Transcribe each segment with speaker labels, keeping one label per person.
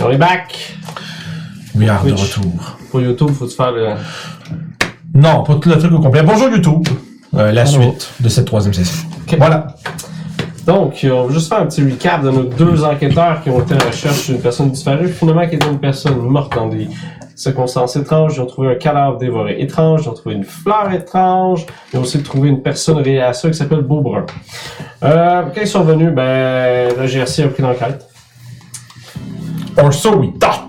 Speaker 1: On est back!
Speaker 2: We are de
Speaker 1: Twitch.
Speaker 2: retour.
Speaker 1: Pour YouTube, faut-tu faire le.
Speaker 2: Non, pas tout le truc au complet. Bonjour YouTube. Euh, la
Speaker 1: Bonjour.
Speaker 2: suite de cette troisième session.
Speaker 1: Ok.
Speaker 2: Voilà.
Speaker 1: Donc, euh, on va juste faire un petit recap de nos deux enquêteurs qui ont été à la recherche d'une personne disparue, finalement qui était une personne morte dans des circonstances étranges. Ils ont trouvé un cadavre dévoré étrange, ils ont trouvé une fleur étrange, ils ont aussi trouvé une personne reliée à ça qui s'appelle Beaubrun. Euh, quand ils sont venus, ben, la GRC a pris l'enquête.
Speaker 2: Or so we thought.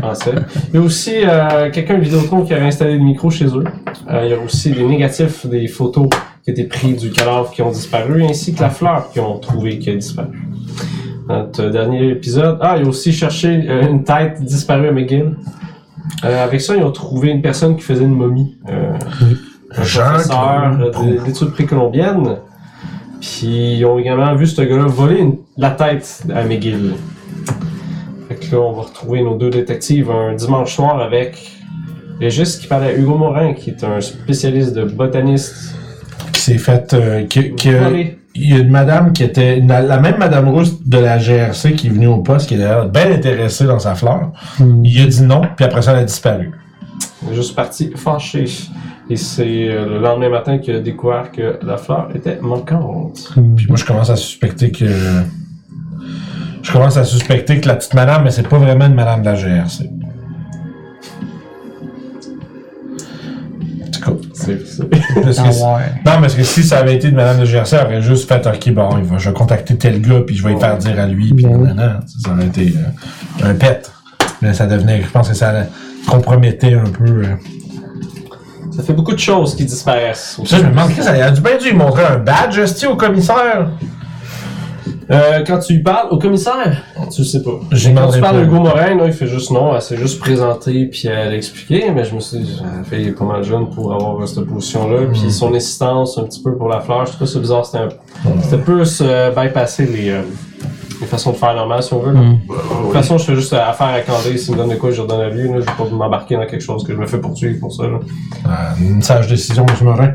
Speaker 1: français. Il y a aussi euh, quelqu'un de Vidéotron qui avait installé le micro chez eux. Euh, il y a aussi des négatifs des photos qui étaient prises du cadavre qui ont disparu, ainsi que la fleur qu'ils ont trouvée qui a disparu. Notre dernier épisode. Ah, ils ont aussi cherché euh, une tête disparue à McGill. Euh, avec ça, ils ont trouvé une personne qui faisait une momie. Euh, professeur
Speaker 2: Jean-Claude
Speaker 1: de-
Speaker 2: Proulx.
Speaker 1: d'études précolombiennes. Puis ils ont également vu ce gars-là voler une- la tête à McGill. Fait que là, on va retrouver nos deux détectives un dimanche soir avec Régis qui parle à Hugo Morin, qui est un spécialiste de botaniste.
Speaker 2: Qui s'est fait. euh, qui- qui-
Speaker 1: Volé.
Speaker 2: il y a une madame qui était. La, la même madame rousse de la GRC qui est venue au poste, qui est d'ailleurs bien intéressée dans sa fleur. Il a dit non, puis après ça, elle a disparu.
Speaker 1: Il est juste parti fâché. Et c'est euh, le lendemain matin qu'il a découvert que la fleur était manquante.
Speaker 2: Puis moi, je commence à suspecter que. Je commence à suspecter que la petite madame, mais c'est pas vraiment une madame de la GRC. En tout cas,
Speaker 1: C'est ça.
Speaker 2: parce que si-
Speaker 3: Ah ouais.
Speaker 2: Non, parce que si ça avait été une madame de GRC, elle aurait juste fait OK, bon, il va, je vais contacter tel gars, puis je vais lui faire dire à lui, puis
Speaker 3: Ben oui.
Speaker 2: nanana. Tu sais, ça aurait été euh, un pet. Mais ça devenait, je pense que ça compromettait un peu. euh.
Speaker 1: Ça fait beaucoup de choses qui disparaissent.
Speaker 2: Ça, je me demande, Chris, elle a dû bien dû lui montrer un badge, esti, au commissaire.
Speaker 1: Euh, quand tu lui parles au commissaire, tu le sais pas.
Speaker 2: J'ai
Speaker 1: Quand
Speaker 2: demandé
Speaker 1: tu parles
Speaker 2: pas.
Speaker 1: de Hugo Morin, là, il fait juste non, elle s'est juste présentée puis elle a expliqué, mais je me suis dit, elle fait pas mal jeune pour avoir euh, cette position-là, puis son hésitance un petit peu pour la fleur, je trouve ça bizarre, c'était un... c'était plus euh, bypasser les, euh, les façons de faire normales, si on veut. là. De toute façon, je fais juste affaire à Candé, s'il me donne de quoi, je redonne à lui, là, je vais pas m'embarquer dans quelque chose que je me fais poursuivre pour ça. Là.
Speaker 2: Euh, une sage décision, M. Morin.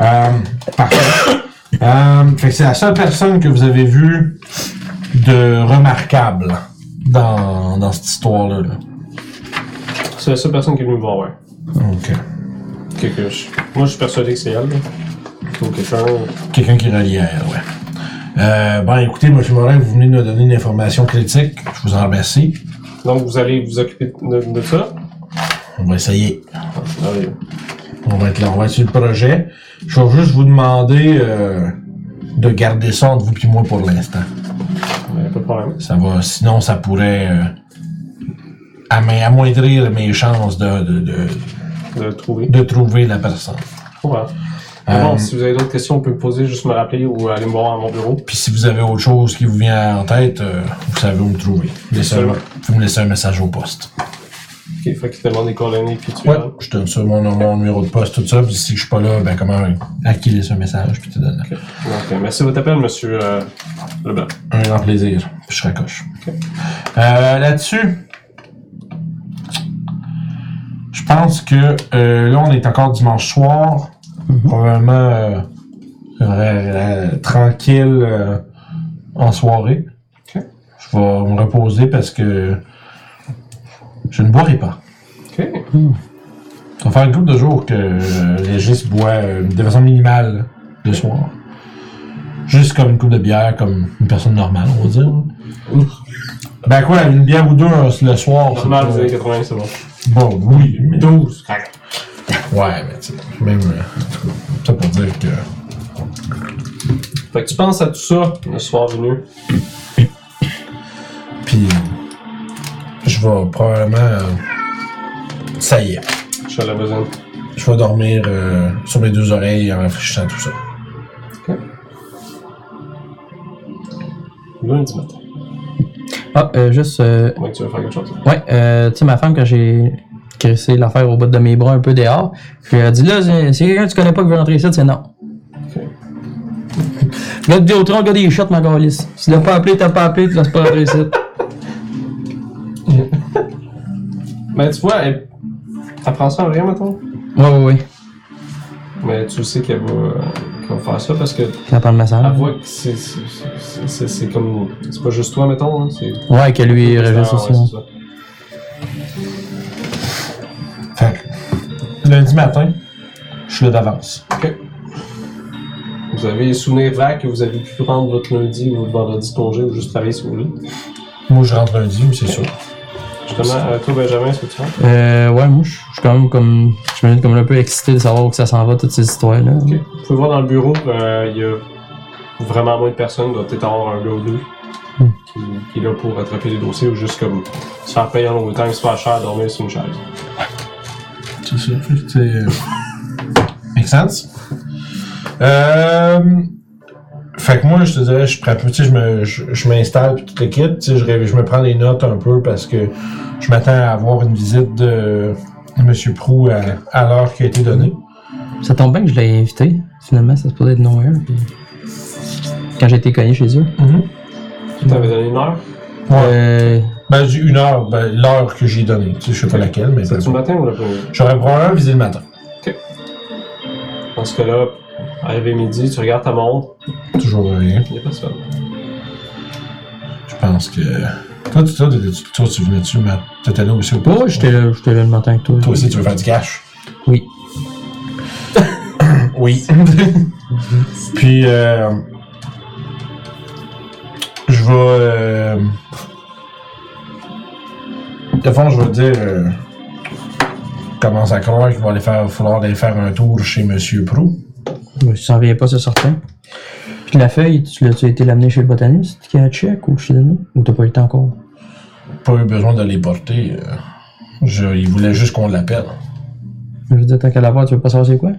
Speaker 2: Euh, parfait. euh, fait que c'est la seule personne que vous avez vue de remarquable dans, dans cette histoire-là. là.
Speaker 1: C'est la seule personne qui est venue me voir, ouais.
Speaker 2: OK.
Speaker 1: Que- que je- Moi, je suis persuadé que c'est elle, là. Ou quelqu'un...
Speaker 2: Quelqu'un qui est relié à elle, ouais. Euh, bon, écoutez, M. Morin, vous venez de nous donner une information critique. Je vous en remercie.
Speaker 1: Donc, vous allez vous occuper de, de ça?
Speaker 2: On va essayer. Ah
Speaker 1: Allez.
Speaker 2: On va être là, on va être sur le projet. Je vais juste vous demander euh, de garder ça entre vous et moi pour l'instant.
Speaker 1: Ouais, Pas de problème.
Speaker 2: Ça va, sinon ça pourrait euh, amai- amoindrir mes chances de, de, de,
Speaker 1: de le trouver.
Speaker 2: de trouver la personne.
Speaker 1: Ouais. Mais bon,
Speaker 2: Euh,
Speaker 1: si vous avez d'autres questions, vous pouvez me poser, juste me rappeler ou aller me voir à mon bureau.
Speaker 2: Puis si vous avez autre chose qui vous vient en tête, euh, vous savez où me trouver. Laissez un-
Speaker 1: Absolument.
Speaker 2: vous pouvez me laisser un message au poste.
Speaker 1: Ok, faut qu'il te demande des coordonnées puis tu
Speaker 2: Ouais,
Speaker 1: donnes.
Speaker 2: je donne ça, mon, mon numéro de poste, tout ça. Puis si je suis pas là, ben comment à qui laisser un message, puis te donne.
Speaker 1: Donc, euh, merci de votre appel, monsieur euh, Leblanc.
Speaker 2: Un grand plaisir. Puis je raccroche.
Speaker 1: Ok.
Speaker 2: Euh, Là-dessus, je pense que euh, là, on est encore dimanche soir.
Speaker 1: Mhm.
Speaker 2: Probablement euh, euh, euh, tranquille euh, en soirée.
Speaker 1: Ok.
Speaker 2: Je vais me reposer parce que je ne boirai pas.
Speaker 1: Ok.
Speaker 2: Ça va faire une couple de jours que euh, Régis boit euh, de façon minimale le soir. Juste comme une coupe de bière, comme une personne normale, on va dire. Ben quoi, une bière ou deux euh, le soir, c'est
Speaker 1: Normal,
Speaker 2: pas-
Speaker 1: des années 80, c'est bon.
Speaker 2: Bon, oui, mais...
Speaker 1: 12.
Speaker 2: Ouais, mais tu sais, même... euh, ça pour dire que...
Speaker 1: Fait que tu penses à tout ça le soir venu.
Speaker 2: Puis... Je vais probablement... euh, ça y est.
Speaker 1: Je suis à la besogne.
Speaker 2: Je vais dormir euh, sur mes deux oreilles en réfléchissant à tout ça.
Speaker 1: Lundi matin.
Speaker 3: Ah, euh, juste. euh,
Speaker 1: Moi, tu veux faire quelque chose.
Speaker 3: ouais, euh, tu sais, ma femme, quand j'ai crissé l'affaire au bout de mes bras un peu dehors, je lui ai dit là, c'est c'est quelqu'un que tu connais pas qui veut rentrer ici, c'est non. Là, tu autre, le gars des shots, ma galice. Si tu l'as pas appelé, t'as pas appelé, tu l'as pas rentrer ici.
Speaker 1: Mais tu vois, elle, elle prend ça en rien, mettons.
Speaker 3: Ouais, ouais, ouais.
Speaker 1: Mais tu sais qu'elle va. euh, qui va faire ça parce que
Speaker 3: Quand parle
Speaker 1: elle
Speaker 2: Ah.
Speaker 3: message.
Speaker 1: voit que c'est- c'est- c'est c'est- c'est comme. C'est pas juste toi, mettons. Là. C'est
Speaker 3: Ouais, que lui, il réagisse
Speaker 1: Ah, ouais,
Speaker 3: aussi. hein.
Speaker 1: c'est ça.
Speaker 2: Fait que, lundi matin, je suis là d'avance.
Speaker 1: Vous avez souvenir vague que vous avez pu prendre votre lundi ou votre vendredi de congé ou juste travailler si vous voulez.
Speaker 2: Moi, je rentre lundi, oui, c'est sûr.
Speaker 1: Justement, euh, toi, Benjamin, est-ce que tu rentres?
Speaker 3: Euh, ouais, moi, je je suis quand même comme. Je me comme un peu excité de savoir où que ça s'en va, toutes ces histoires-là.
Speaker 1: Ok. Vous pouvez voir dans le bureau, euh, il y a vraiment moins de personnes. Il doit peut-être avoir un gars ou deux
Speaker 3: Hmm.
Speaker 1: qui, qui est là pour rattraper les dossiers ou juste comme se faire payer en longtemps, se faire cher, dormir sur une chaise.
Speaker 2: C'est ça. fait que euh, c'est- Make sense? Euh... Fait que moi, je te dirais, je prends, tu sais, je me- je je m'installe puis toute l'équipe, tu sais, je, ré- je me prends des notes un peu parce que je m'attends à avoir une visite de M. Prou à, à l'heure qui a été donnée.
Speaker 3: Ça tombe bien que je l'ai invité. Finalement, ça se peut être nowhere. Puis... Quand j'ai été cogné chez eux.
Speaker 1: Tu
Speaker 2: Hmm.
Speaker 1: t'avais donné une heure?
Speaker 2: Mm-hmm. Ouais.
Speaker 3: Euh,
Speaker 2: Ben, j'ai une heure, ben, l'heure que j'ai donnée, tu sais, je sais pas laquelle, mais
Speaker 1: C'est
Speaker 2: peu
Speaker 1: le
Speaker 2: importe.
Speaker 1: matin ou l'après-midi?
Speaker 2: j'aurais probablement visé le matin,
Speaker 1: Dans ce cas-là, arrivé midi, tu regardes ta montre,
Speaker 2: toujours rien.
Speaker 1: il n'y a personne.
Speaker 2: Je pense que. Toi, tu, toi, tu, toi, tu venais-tu, mais t'étais là aussi au
Speaker 3: ouais, Oh, j'étais là, j'étais là le matin que toi.
Speaker 2: Toi aussi, tu veux faire du cash?
Speaker 3: Oui.
Speaker 2: oui. Puis, euh, je vais. euh, de fond, je vais dire. euh, je commence à croire qu'il va aller faire, falloir aller faire un tour chez Monsieur Prou.
Speaker 3: Je me s'en viens pas, c'est certain. Puis la feuille, tu l'as-tu été l'amener chez le botaniste qui a check ou chez donné? Ou t'as pas eu le temps encore?
Speaker 2: Pas eu besoin de les porter. euh, je- il voulait juste qu'on l'appelle.
Speaker 3: Je veux dire, tant qu'à la voir, tu veux pas savoir c'est quoi?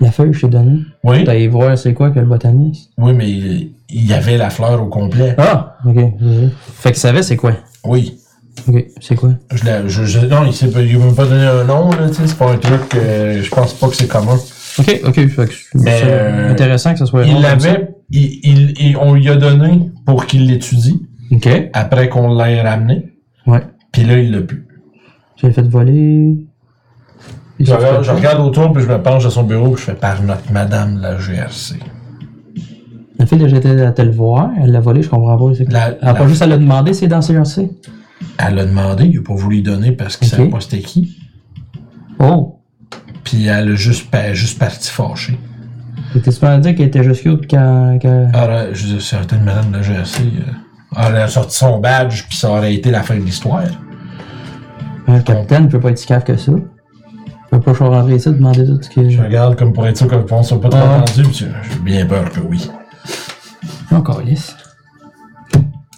Speaker 3: La feuille, je t'ai donné.
Speaker 2: Oui,
Speaker 3: T'as allé voir c'est quoi que le botaniste?
Speaker 2: oui, mais il, il y avait la fleur au complet.
Speaker 3: Ah! Ok. Fait qu'il savait c'est quoi?
Speaker 2: Oui.
Speaker 3: Ok, c'est quoi?
Speaker 2: Je l'ai- je- je- non, il ne m'a même pas donné un nom, là, tu sais, c'est pas un truc, que je pense pas que c'est commun.
Speaker 3: Ok, ok. Fait que c'est
Speaker 2: Mais,
Speaker 3: c'est
Speaker 2: euh,
Speaker 3: intéressant que ça soit.
Speaker 2: Il
Speaker 3: bon comme
Speaker 2: l'avait, il, il- il- on lui a donné pour qu'il l'étudie,
Speaker 3: ça. Ok.
Speaker 2: après qu'on l'ait ramené,
Speaker 3: Ouais.
Speaker 2: puis là, il l'a pu.
Speaker 3: Tu l'as fait voler.
Speaker 2: Je
Speaker 3: Il s'est fait
Speaker 2: regarde, je
Speaker 3: voler.
Speaker 2: regarde autour, puis je me penche à son bureau, puis je fais par notre madame la GRC.
Speaker 3: La fille, j'étais à te le voir, elle l'a volé, je comprends pas. c'est quoi.
Speaker 2: La-
Speaker 3: elle a Ah, pas
Speaker 2: la-
Speaker 3: juste à le demander, c'est dans CRC.
Speaker 2: Elle l'a demandé, il a pas voulu lui donner parce qu'il
Speaker 3: Ok.
Speaker 2: savait pas c'était qui,
Speaker 3: Oh!
Speaker 2: puis elle a juste, pa- elle est juste parti fâchée.
Speaker 3: T'étais supposé dire qu'elle était juste cute quand. quand-
Speaker 2: Alors, Ah, je dis, c'est une madame de la GRC, euh, elle a sorti son badge, puis ça aurait été la fin de l'histoire.
Speaker 3: Un capitaine peut pas être si cave que ça. Je peux pas choisir rentrer ici, demander tout ce que.
Speaker 2: Je regarde comme pour être sûr qu'on ne soit pas trop
Speaker 3: Ah.
Speaker 2: entendu, puis tu- j'ai bien peur que oui.
Speaker 3: Encore lisse.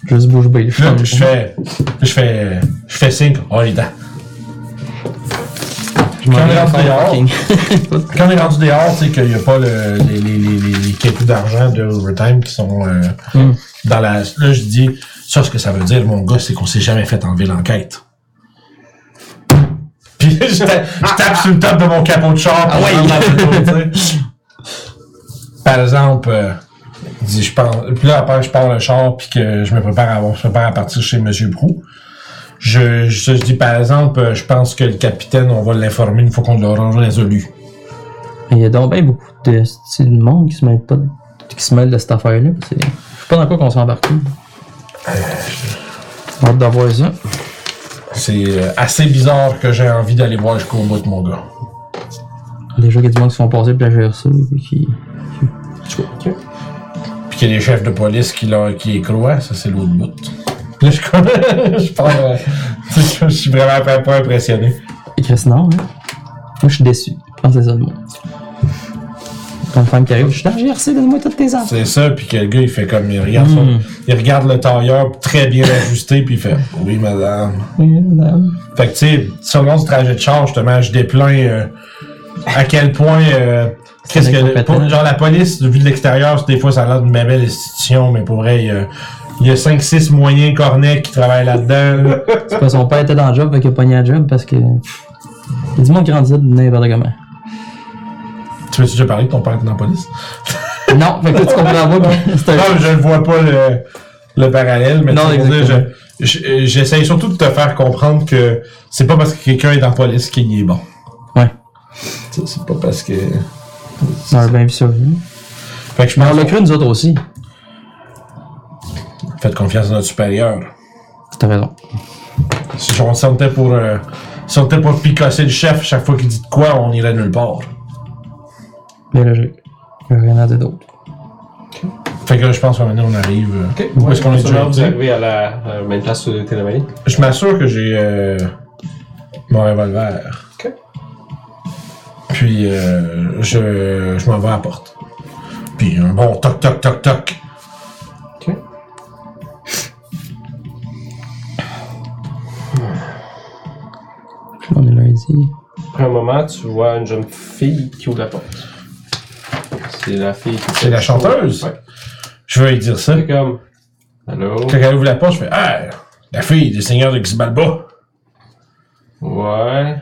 Speaker 3: Juste bouche bée, je
Speaker 2: Puis là,
Speaker 3: suis
Speaker 2: je fais. Je fais. Je fais signe. On est dedans.
Speaker 3: Je m'en
Speaker 2: Quand
Speaker 3: vais
Speaker 2: on est rentré
Speaker 3: faire
Speaker 2: dehors.
Speaker 3: parking.
Speaker 2: Quand on est rendu dehors, tu sais qu'il n'y a pas le- les, les, les, les, les quelques d'argent de Overtime qui sont euh,
Speaker 3: Mm.
Speaker 2: dans la. Là, je dis. Ça, ce que ça veut dire, mon gars, c'est qu'on s'est jamais fait enlever l'enquête. Puis je, ta- je tape sur le top de mon capot de char. pour rendre la photo, tu sais. Par exemple. euh, je dis, je pense, puis là, après, je pars le char, puis que je me prépare à, on se prépare à partir chez Monsieur Prou. Je, je, je dis, par exemple, euh, je pense que le capitaine, on va l'informer une fois qu'on l'aura résolu.
Speaker 3: Il y a donc bien beaucoup de styles de monde qui se mêlent pas de- qui se mêlent de cette affaire-là. c'est- Je sais pas dans quoi qu'on s'embarque. Euh, J'ai hâte d'avoir ça.
Speaker 2: C'est euh, assez bizarre que j'ai envie d'aller voir jusqu'au bout de mon gars.
Speaker 3: Déjà, il y a du monde qui sont passés pour la GRC et qui.
Speaker 2: Puis qu'il y a des chefs de police qui, leur, qui y croient, ça, c'est l'autre bout. Puis là, je, comme- je pars, euh, tu sais, je suis vraiment pas, pas impressionné.
Speaker 3: Et Chris, non, hein? Moi, je suis déçu. Je pense que c'est ça le mot. Quand une femme qui arrive, je suis dans la GRC, donne-moi toutes tes armes.
Speaker 2: C'est ça, puis que le gars, il fait comme, il regarde,
Speaker 3: Mm.
Speaker 2: son- il regarde le tailleur très bien ajusté, puis il fait, oui, madame.
Speaker 3: Oui, madame.
Speaker 2: Fait que, tu sais, sur le long du trajet de char, justement, je déplains euh, à quel point. euh, Qu'est-ce que.
Speaker 3: incompétent.
Speaker 2: pour- genre, la police, vu de l'extérieur, c'est- des fois, ça a l'air d'une belle institution, mais pour vrai, il y a- il y a 5-6 moyens cornets qui travaillent là-dedans. là.
Speaker 3: C'est pas son père était dans le job, fait qu'il a pogné un job parce que. Il y a du monde qui grandit de n'importe comment.
Speaker 2: tu veux-tu déjà parler de ton père dans la police?
Speaker 3: Non, fait que là, tu comprends pas. que C'est un.
Speaker 2: Non, je ne vois pas le, le parallèle, mais
Speaker 3: Euh, Non,
Speaker 2: tu sais, pour dire,
Speaker 3: exactement.
Speaker 2: je- je- j'essaye surtout de te faire comprendre que c'est pas parce que quelqu'un est en police qu'il est bon.
Speaker 3: Ouais.
Speaker 2: Tu sais, C'est pas parce que.
Speaker 3: On a bien vu ça.
Speaker 2: Fait que je
Speaker 3: Mais on
Speaker 2: pense
Speaker 3: l'a cru, nous autres aussi.
Speaker 2: Faites confiance à notre supérieur.
Speaker 3: T'as raison.
Speaker 2: Si on sortait pour, euh, sortait pour picasser le chef chaque fois qu'il dit de quoi, on irait nulle part.
Speaker 3: Bien logique. J'ai rien à dire d'autre.
Speaker 2: Fait que là, je pense que maintenant on arrive. euh,
Speaker 1: Ok,
Speaker 2: Où est-ce qu'on est déjà
Speaker 1: Vous arrivez
Speaker 2: arrivé?
Speaker 1: à la à la même place de Télémalie.
Speaker 2: Je m'assure que j'ai euh, mon revolver.
Speaker 1: Ok.
Speaker 2: Puis euh, je, je m'en vais à la porte. Puis un bon toc toc toc toc.
Speaker 1: Ok.
Speaker 3: On est lundi.
Speaker 1: Après un moment, tu vois une jeune fille qui ouvre la porte. C'est la fille qui.
Speaker 2: C'est la chanteuse?
Speaker 1: Ouais.
Speaker 2: Je vais lui dire ça.
Speaker 1: C'est comme. Allô?
Speaker 2: Quand elle ouvre la porte, je fais Ah! La fille des seigneurs de Xibalba!
Speaker 1: Ouais.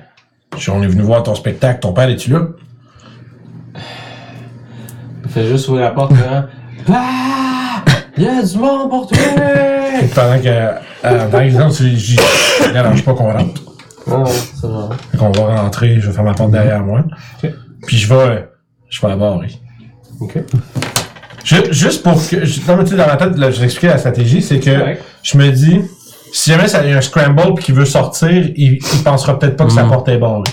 Speaker 2: Je- On est venu voir ton spectacle, ton père est-tu là?
Speaker 1: Elle fait juste ouvrir la porte. hein. Ah! Il y a du monde pour toi!
Speaker 2: Et pendant que. euh, Par exemple, tu lui dis Dérange pas qu'on rentre.
Speaker 1: Non, Ah, c'est bon.
Speaker 2: Fait qu'on va rentrer, je vais faire ma
Speaker 3: Mhm.
Speaker 2: porte derrière moi.
Speaker 1: Ok.
Speaker 2: Puis je vais. Je vais à la barre.
Speaker 1: Ok.
Speaker 2: Ju- Juste pour que. je- Non, mais tu sais, dans ma tête, là, je vais expliquer la stratégie, c'est que
Speaker 1: Correct.
Speaker 2: je me dis, si jamais ça y a un scramble pis qu'il veut sortir, il, il pensera peut-être pas que sa
Speaker 3: Mhm.
Speaker 2: porte est barrée.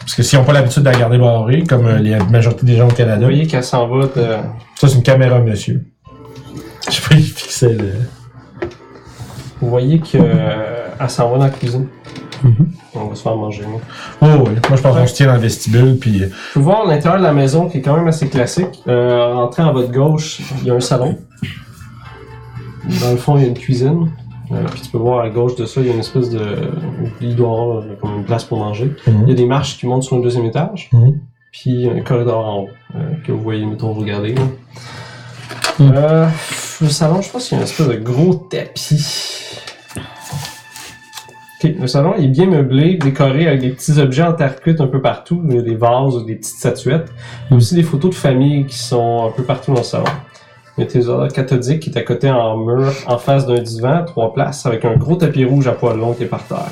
Speaker 2: Parce que s'ils n'ont pas l'habitude de la garder barrée, comme euh, les- la majorité des gens au Canada,
Speaker 1: Vous voyez qu'elle s'en va de.
Speaker 2: ça c'est une caméra, monsieur. Je pas, il fixait le.
Speaker 1: Vous voyez que euh, elle s'en va dans la cuisine.
Speaker 2: Mm-hmm.
Speaker 1: On va se faire manger, moi.
Speaker 2: Oh, oui, moi je pense qu'on se tient dans le vestibule puis euh,
Speaker 1: Vous pouvez voir l'intérieur de la maison qui est quand même assez classique. Euh, entrée à votre gauche, il y a un salon. Dans le fond, il y a une cuisine. Euh, puis tu peux voir à gauche de ça, il y a une espèce de. Il doit y avoir euh, comme une place pour manger. Il
Speaker 3: Mhm.
Speaker 1: y a des marches qui montent sur le deuxième étage.
Speaker 2: Mhm.
Speaker 1: Puis un corridor en haut euh, que vous voyez, mettons, vous regardez. là.
Speaker 3: Mhm.
Speaker 1: Euh, le salon, je pense qu'il y a une espèce de gros tapis. Ok, le salon il est bien meublé, décoré avec des petits objets en terre cuite un peu partout, Il y a des vases ou des petites statuettes. Il y a aussi des photos de famille qui sont un peu partout dans le salon. Il y a tes ordres cathodiques qui est à côté en mur, en face d'un divan, trois places, avec un gros tapis rouge à poils longs qui est par terre.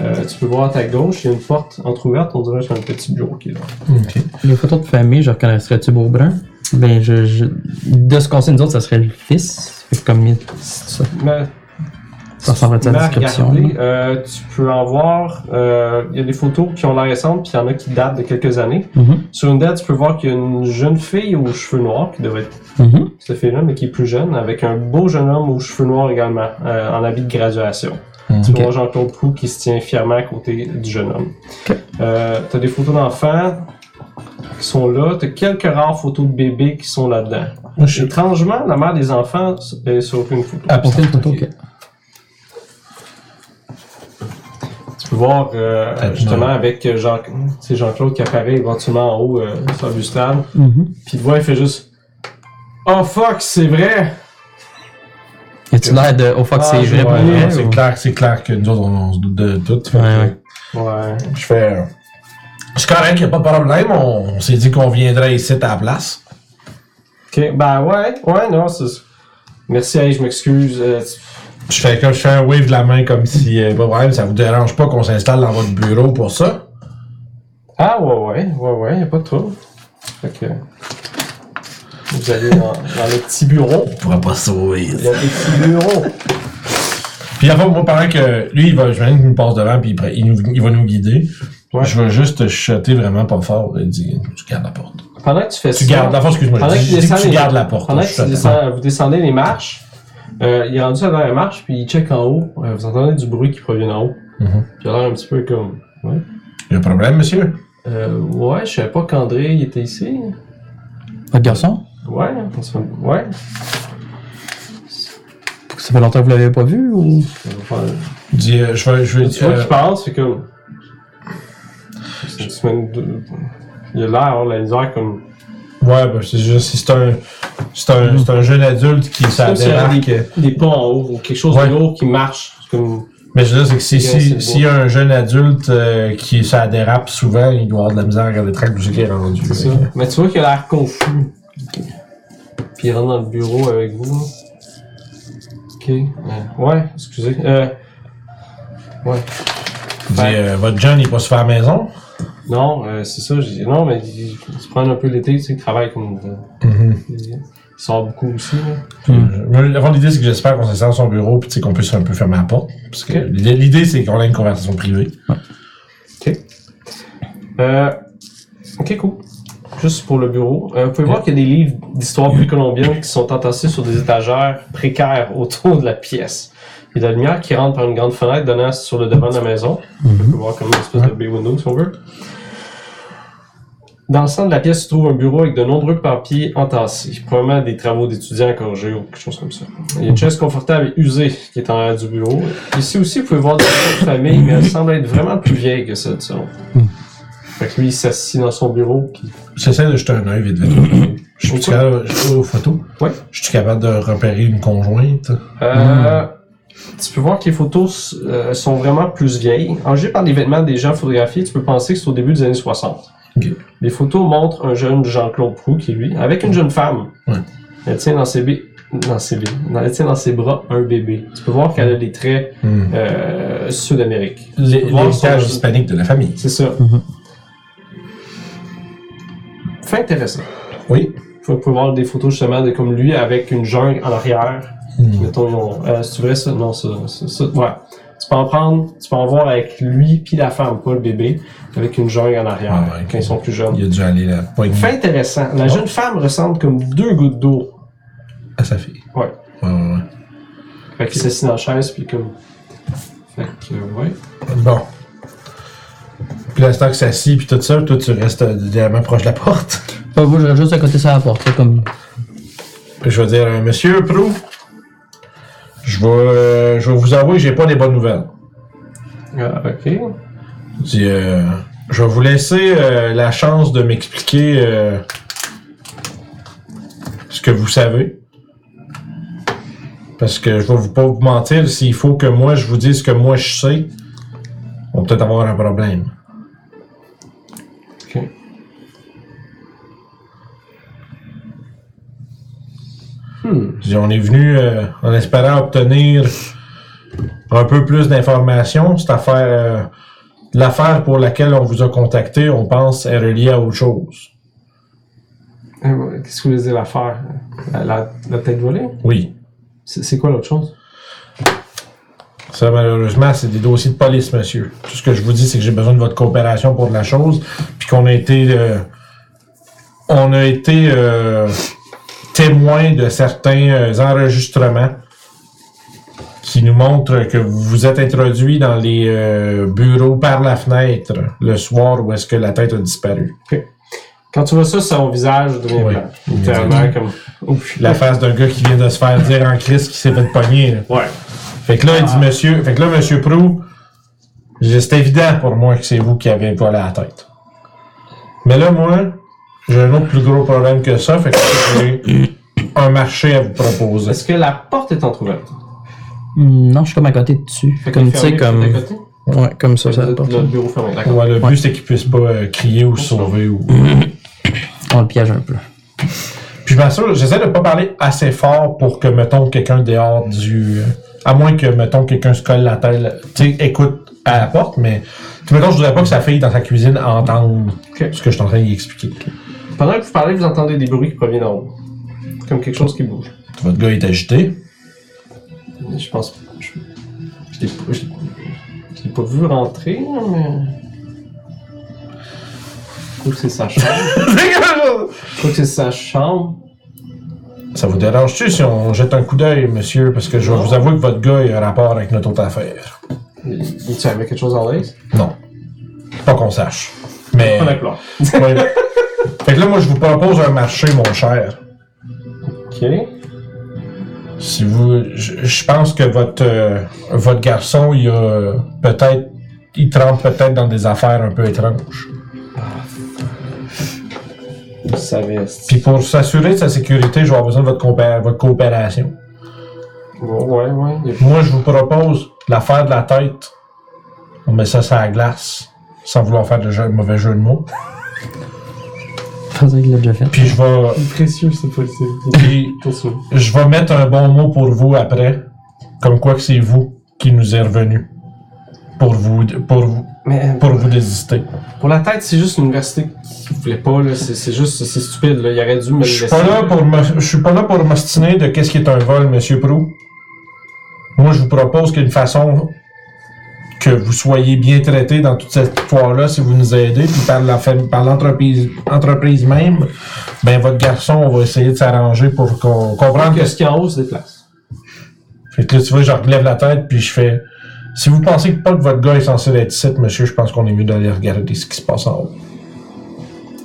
Speaker 1: Euh, tu peux voir à ta gauche, il y a une porte entrouverte, on dirait que c'est un petit bureau qui est là.
Speaker 2: ok.
Speaker 3: Les photos de famille, je reconnaîtrais-tu Beaubrun? Ben, je, je- De ce qu'on sait, nous autres, ça serait le fils. Fait que comme il- c'est ça.
Speaker 1: Mais,
Speaker 3: Ça ressemble à ta
Speaker 1: mais
Speaker 3: description,
Speaker 1: regardez, euh, tu peux en voir, euh, il y a des photos qui ont l'air récentes, puis il y en a qui datent de quelques années.
Speaker 3: Mhm,
Speaker 1: Sur une date, tu peux voir qu'il y a une jeune fille aux cheveux noirs, qui devrait être
Speaker 3: mhm.
Speaker 1: cette fille-là, mais qui est plus jeune, avec un beau jeune homme aux cheveux noirs également, euh, en habit de graduation.
Speaker 2: Mhm.
Speaker 1: Tu
Speaker 3: Ok.
Speaker 1: vois Jean-Claude Proux qui se tient fièrement à côté du jeune homme. Euh, t'as des photos d'enfants qui sont là, t'as quelques rares photos de bébés qui sont là-dedans.
Speaker 2: Moi je suis Ah,
Speaker 1: Étrangement, la mère des enfants est sur aucune photo.
Speaker 3: Aucune
Speaker 2: absent.
Speaker 3: photo,
Speaker 1: ok.
Speaker 3: ok.
Speaker 1: Tu peux voir euh,
Speaker 2: Peut-être
Speaker 1: justement
Speaker 2: Ah, non.
Speaker 1: avec Jean- c'est Jean-Claude qui apparaît éventuellement en haut euh, sur la balustrade.
Speaker 3: Mhm.
Speaker 1: Puis tu vois, il fait juste Oh fuck, c'est vrai!
Speaker 3: Y a-tu l'air de. Oh fuck,
Speaker 1: Ah,
Speaker 3: c'est
Speaker 1: je
Speaker 3: vrai
Speaker 2: Ouais,
Speaker 3: pour
Speaker 1: vois,
Speaker 2: non,
Speaker 3: vrai?
Speaker 2: c'est
Speaker 3: ou-
Speaker 2: clair, c'est clair que nous autres on, on se doute de tout. Fait que,
Speaker 3: Ouais, ouais.
Speaker 1: Ouais.
Speaker 2: Je fais. euh, C'est correct, y a pas de problème. On, on s'est dit qu'on viendrait ici à la place.
Speaker 1: Ok, ben ouais, ouais, non, c'est. Merci, hey, je m'excuse. euh, tu-
Speaker 2: Je fais comme je fais un wave de la main comme si euh, pas de problème, ça vous dérange pas qu'on s'installe dans votre bureau pour ça.
Speaker 1: Ah ouais, ouais, ouais, ouais, y a pas de trouble. Fait que. Vous allez dans, dans le petit bureau.
Speaker 2: On pourra pas sauver.
Speaker 1: Il y a des petits bureaux.
Speaker 2: Puis avant moi pendant que lui il va je qu'il nous passe devant puis il, pre- il, nous- il va nous guider.
Speaker 1: Ouais.
Speaker 2: Je vais juste chuchoter vraiment pas fort et dire tu gardes la porte.
Speaker 1: Pendant que tu fais
Speaker 2: Tu
Speaker 1: ça.
Speaker 2: gardes la porte, excuse-moi.
Speaker 1: Pendant
Speaker 2: Je
Speaker 1: que tu
Speaker 2: dis que
Speaker 1: descends
Speaker 2: tu
Speaker 1: les-
Speaker 2: gardes la porte.
Speaker 1: Pendant
Speaker 2: là,
Speaker 1: que tu
Speaker 2: chuchote.
Speaker 1: descends- vous descendez les marches, euh, il est rendu à la marche, puis il check en haut. Euh, vous entendez du bruit qui provient d'en haut.
Speaker 2: Mhm.
Speaker 1: Puis il a l'air un petit peu comme. Ouais.
Speaker 2: Y a un problème, monsieur?
Speaker 1: Euh, ouais, je savais pas qu'André il était ici.
Speaker 3: Votre garçon?
Speaker 1: Ouais, on se fait- ouais.
Speaker 3: Ça fait longtemps que vous l'avez pas vu ou.
Speaker 1: On va faire-
Speaker 2: Dis, euh, je vais, je vais
Speaker 1: Tu vois
Speaker 2: euh,
Speaker 1: qu'il parle, c'est comme. C'est une semaine de- Il a l'air d'avoir de la misère comme.
Speaker 2: Ouais, ben, c'est juste, c'est un, c'est un, c'est un jeune adulte qui
Speaker 1: comme s'il y avait
Speaker 2: s'adhérente.
Speaker 1: des, des pas en haut ou quelque chose
Speaker 2: Ouais.
Speaker 1: de haut qui marche. C'est comme.
Speaker 2: Mais je veux dire, c'est que si,
Speaker 1: Ouais, c'est
Speaker 2: si,
Speaker 1: beau.
Speaker 2: s'il y a un jeune adulte euh, qui s'adhérape souvent, il doit avoir de la misère à regarder track où c'est qu'il est rendu.
Speaker 1: C'est ça. Mais tu vois qu'il a l'air confus. Puis il rentre dans le bureau avec vous. là. Ok. Euh, ouais, excusez. Euh, ouais.
Speaker 2: Il dit, euh, votre John, il va se faire à la maison?
Speaker 1: Non, euh, c'est ça. j'ai- Non, mais ils ils se prennent un peu l'été, tu sais, ils travaillent comme. Mm-hmm.
Speaker 2: Mhm.
Speaker 1: Ils sortent beaucoup aussi, là. Mm.
Speaker 2: Euh, mais Avant, l'idée, c'est que j'espère qu'on s'installe à son bureau puis tu sais, qu'on puisse un peu fermer la porte. Parce que
Speaker 1: Ok.
Speaker 2: l'idée, l'idée, c'est qu'on ait une conversation privée.
Speaker 1: Euh, ok, cool. Juste pour le bureau. Euh, vous pouvez voir qu'il y a des livres d'histoire précolombienne qui sont entassés sur des étagères précaires autour de la pièce. Il y a de la lumière qui rentre par une grande fenêtre donnant sur le devant de la maison. On peut voir comme une espèce de bay window si on veut. Dans le centre de la pièce se trouve un bureau avec de nombreux papiers entassés, probablement des travaux d'étudiants corrigés ou quelque chose comme ça. Il y a une chaise confortable et usée qui est en l'air du bureau. Ici aussi, vous pouvez voir des photos de famille, mais elle semble être vraiment plus vieille que celle de son. Fait que lui, il s'assit dans son bureau. Puis...
Speaker 2: J'essaie de jeter un œil vite vite. Je suis
Speaker 1: Pourquoi?
Speaker 2: capable, je suis aux photos.
Speaker 1: Mm-hmm. Ouais.
Speaker 2: Je suis capable de repérer une conjointe.
Speaker 1: Euh, Tu peux voir que les photos euh, sont vraiment plus vieilles. Enjugées par les vêtements des gens photographiés, tu peux penser que c'est au début des années 60.
Speaker 2: Ok.
Speaker 1: Les photos montrent un jeune Jean-Claude Proux, qui est lui, avec une jeune femme.
Speaker 2: Ouais.
Speaker 1: Elle tient dans ses, bé- dans ses, bé- dans- elle tient dans ses bras un bébé. Tu peux voir qu'elle a des traits
Speaker 2: Hmm.
Speaker 1: euh, sud-amériques.
Speaker 2: L'hé-
Speaker 1: Voir
Speaker 2: L'héritage
Speaker 1: son-
Speaker 2: hispanique de la famille.
Speaker 1: C'est ça.
Speaker 3: Mhm.
Speaker 1: Fait intéressant.
Speaker 2: Oui.
Speaker 1: Vous pouvez voir des photos justement de comme lui avec une jungle en arrière.
Speaker 2: Hmm.
Speaker 1: Mettons, ils ont- euh, c'est vrai ça? Non, ça, ça, ça- ouais. Tu peux en prendre, tu peux en voir avec lui puis la femme, pas le bébé, avec une jungle en arrière,
Speaker 2: Ah ouais, ok.
Speaker 1: quand ils sont plus jeunes.
Speaker 2: Il a Ah. dû aller là. Pas une
Speaker 1: Fait intéressant, la jeune femme ressemble comme deux gouttes d'eau.
Speaker 2: à sa fille.
Speaker 1: Ouais.
Speaker 2: Ouais, ouais, ouais.
Speaker 1: Fait qu'il s'assied dans la chaise puis comme... Fait que, euh, ouais.
Speaker 2: Bon. Puis l'instant que ça scie, puis tout ça, toi, tu restes euh, littéralement proche de la porte.
Speaker 3: Pas vous, je reste juste à côté de ça à la porte, là, comme.
Speaker 2: Puis je vais dire, euh, monsieur Prou, je vais, euh, je vais vous avouer que j'ai pas des bonnes nouvelles.
Speaker 1: Ah, ok.
Speaker 2: Je dis, euh, je vais vous laisser euh, la chance de m'expliquer euh, ce que vous savez. Parce que je vais vous pas vous mentir, s'il faut que moi je vous dise ce que moi je sais, on va peut-être avoir un problème.
Speaker 1: Ok. Hmm.
Speaker 2: Je dis, On est venu euh, en espérant obtenir un peu plus d'informations. Cette affaire, euh, l'affaire pour laquelle on vous a contacté, on pense est reliée à autre chose.
Speaker 1: Eh, ouais, Qu'est-ce que vous voulez dire l'affaire? La, la, la tête volée?
Speaker 2: Oui.
Speaker 1: C'est c'est quoi l'autre chose?
Speaker 2: Ça, malheureusement, c'est des dossiers de police, monsieur. Tout ce que je vous dis, c'est que j'ai besoin de votre coopération pour de la chose, puis qu'on a été, euh, on a été euh, témoin de certains euh, enregistrements qui nous montrent que vous vous êtes introduit dans les euh, bureaux par la fenêtre le soir où est-ce que la tête a disparu.
Speaker 1: Quand tu vois ça, son visage devient
Speaker 2: Ouais.
Speaker 1: blanc. Littéralement, comme... Oh, Ouf.
Speaker 2: La face d'un gars qui vient de se faire dire en crise qu'il s'est fait pogner. là.
Speaker 1: Ouais.
Speaker 2: Fait que là, il dit monsieur, fait que là, monsieur Prou, c'est évident pour moi que c'est vous qui avez volé la tête. Mais là, moi, j'ai un autre plus gros problème que ça, fait que j'ai un marché à vous proposer.
Speaker 1: Est-ce que la porte est entrouverte?
Speaker 3: Hmm, Non, je suis comme à côté dessus.
Speaker 1: Fait
Speaker 3: comme,
Speaker 1: que
Speaker 3: tu sais, comme.
Speaker 1: fermé, c'est à côté?
Speaker 3: Ouais, comme ça, ça la porte.
Speaker 1: Notre bureau fermé, d'accord.
Speaker 2: Ouais, le but, c'est qu'il puisse pas euh, crier ou se sauver ou.
Speaker 3: On le piège un peu.
Speaker 2: Puis je m'assure, j'essaie de pas parler assez fort pour que, mettons, quelqu'un dehors du... euh, À moins que, mettons, quelqu'un se colle la tête, tu sais, écoute à la porte, mais... Tu sais, mettons, je voudrais pas que sa fille dans sa cuisine entende
Speaker 1: Ok.
Speaker 2: ce que je suis en train d'y expliquer.
Speaker 1: Pendant que vous parlez, vous entendez des bruits qui proviennent d'en haut. Comme quelque chose qui bouge.
Speaker 2: Votre gars est agité.
Speaker 1: Je pense. Je, je l'ai pas- je- je l'ai pas vu rentrer, mais. Je crois que c'est sa chambre. Je crois que c'est sa chambre.
Speaker 2: Ça vous dérange-tu si on jette un coup d'œil, monsieur? Parce que je vais
Speaker 1: Non.
Speaker 2: vous avouer que votre gars il a un rapport avec notre autre affaire.
Speaker 1: Il il- tu avais quelque chose en l'aise?
Speaker 2: Non. Pas qu'on sache. Mais...
Speaker 1: Pas d'accord.
Speaker 2: Ouais. Fait que là, moi, je vous propose un marché, mon cher.
Speaker 1: Ok.
Speaker 2: Si vous, je, je pense que votre euh, votre garçon, il a peut-être, il trempe peut-être dans des affaires un peu étranges.
Speaker 1: Vous savez. c'est-
Speaker 2: Puis pour s'assurer de sa sécurité, je vais avoir besoin de votre, compé- votre coopération.
Speaker 1: Ouais, ouais. il y a-
Speaker 2: Moi, je vous propose l'affaire de la tête. On met ça sur la glace, sans vouloir faire de jeu- mauvais jeu de mots.
Speaker 3: Je pensais qu'il l'a déjà fait.
Speaker 2: Puis je vais,
Speaker 1: C'est précieux, c'est possible.
Speaker 2: puis
Speaker 1: Continue.
Speaker 2: je vais mettre un bon mot pour vous après, comme quoi que c'est vous qui nous est revenu. pour vous, pour vous,
Speaker 1: Mais
Speaker 2: pour vous désister.
Speaker 1: pour la tête, c'est juste l'université qui voulait pas, là. C'est c'est juste, c'est stupide, là. Il aurait dû me le
Speaker 2: Je suis
Speaker 1: laisser.
Speaker 2: pas là pour me- je suis pas là pour m'ostiner de qu'est-ce qui est un vol, Monsieur Prou. Moi, je vous propose qu'une façon que vous soyez bien traité dans toute cette histoire-là, si vous nous aidez, puis par la fam- par l'entreprise, entreprise même, ben votre garçon, on va essayer de s'arranger pour qu'on comprenne
Speaker 1: que
Speaker 2: que.
Speaker 1: ce qui est en haut se déplace.
Speaker 2: Fait que là, tu vois, je relève la tête, puis je fais. Si vous pensez que pas que votre gars est censé être ici, monsieur, je pense qu'on est mieux d'aller regarder ce qui se passe en haut.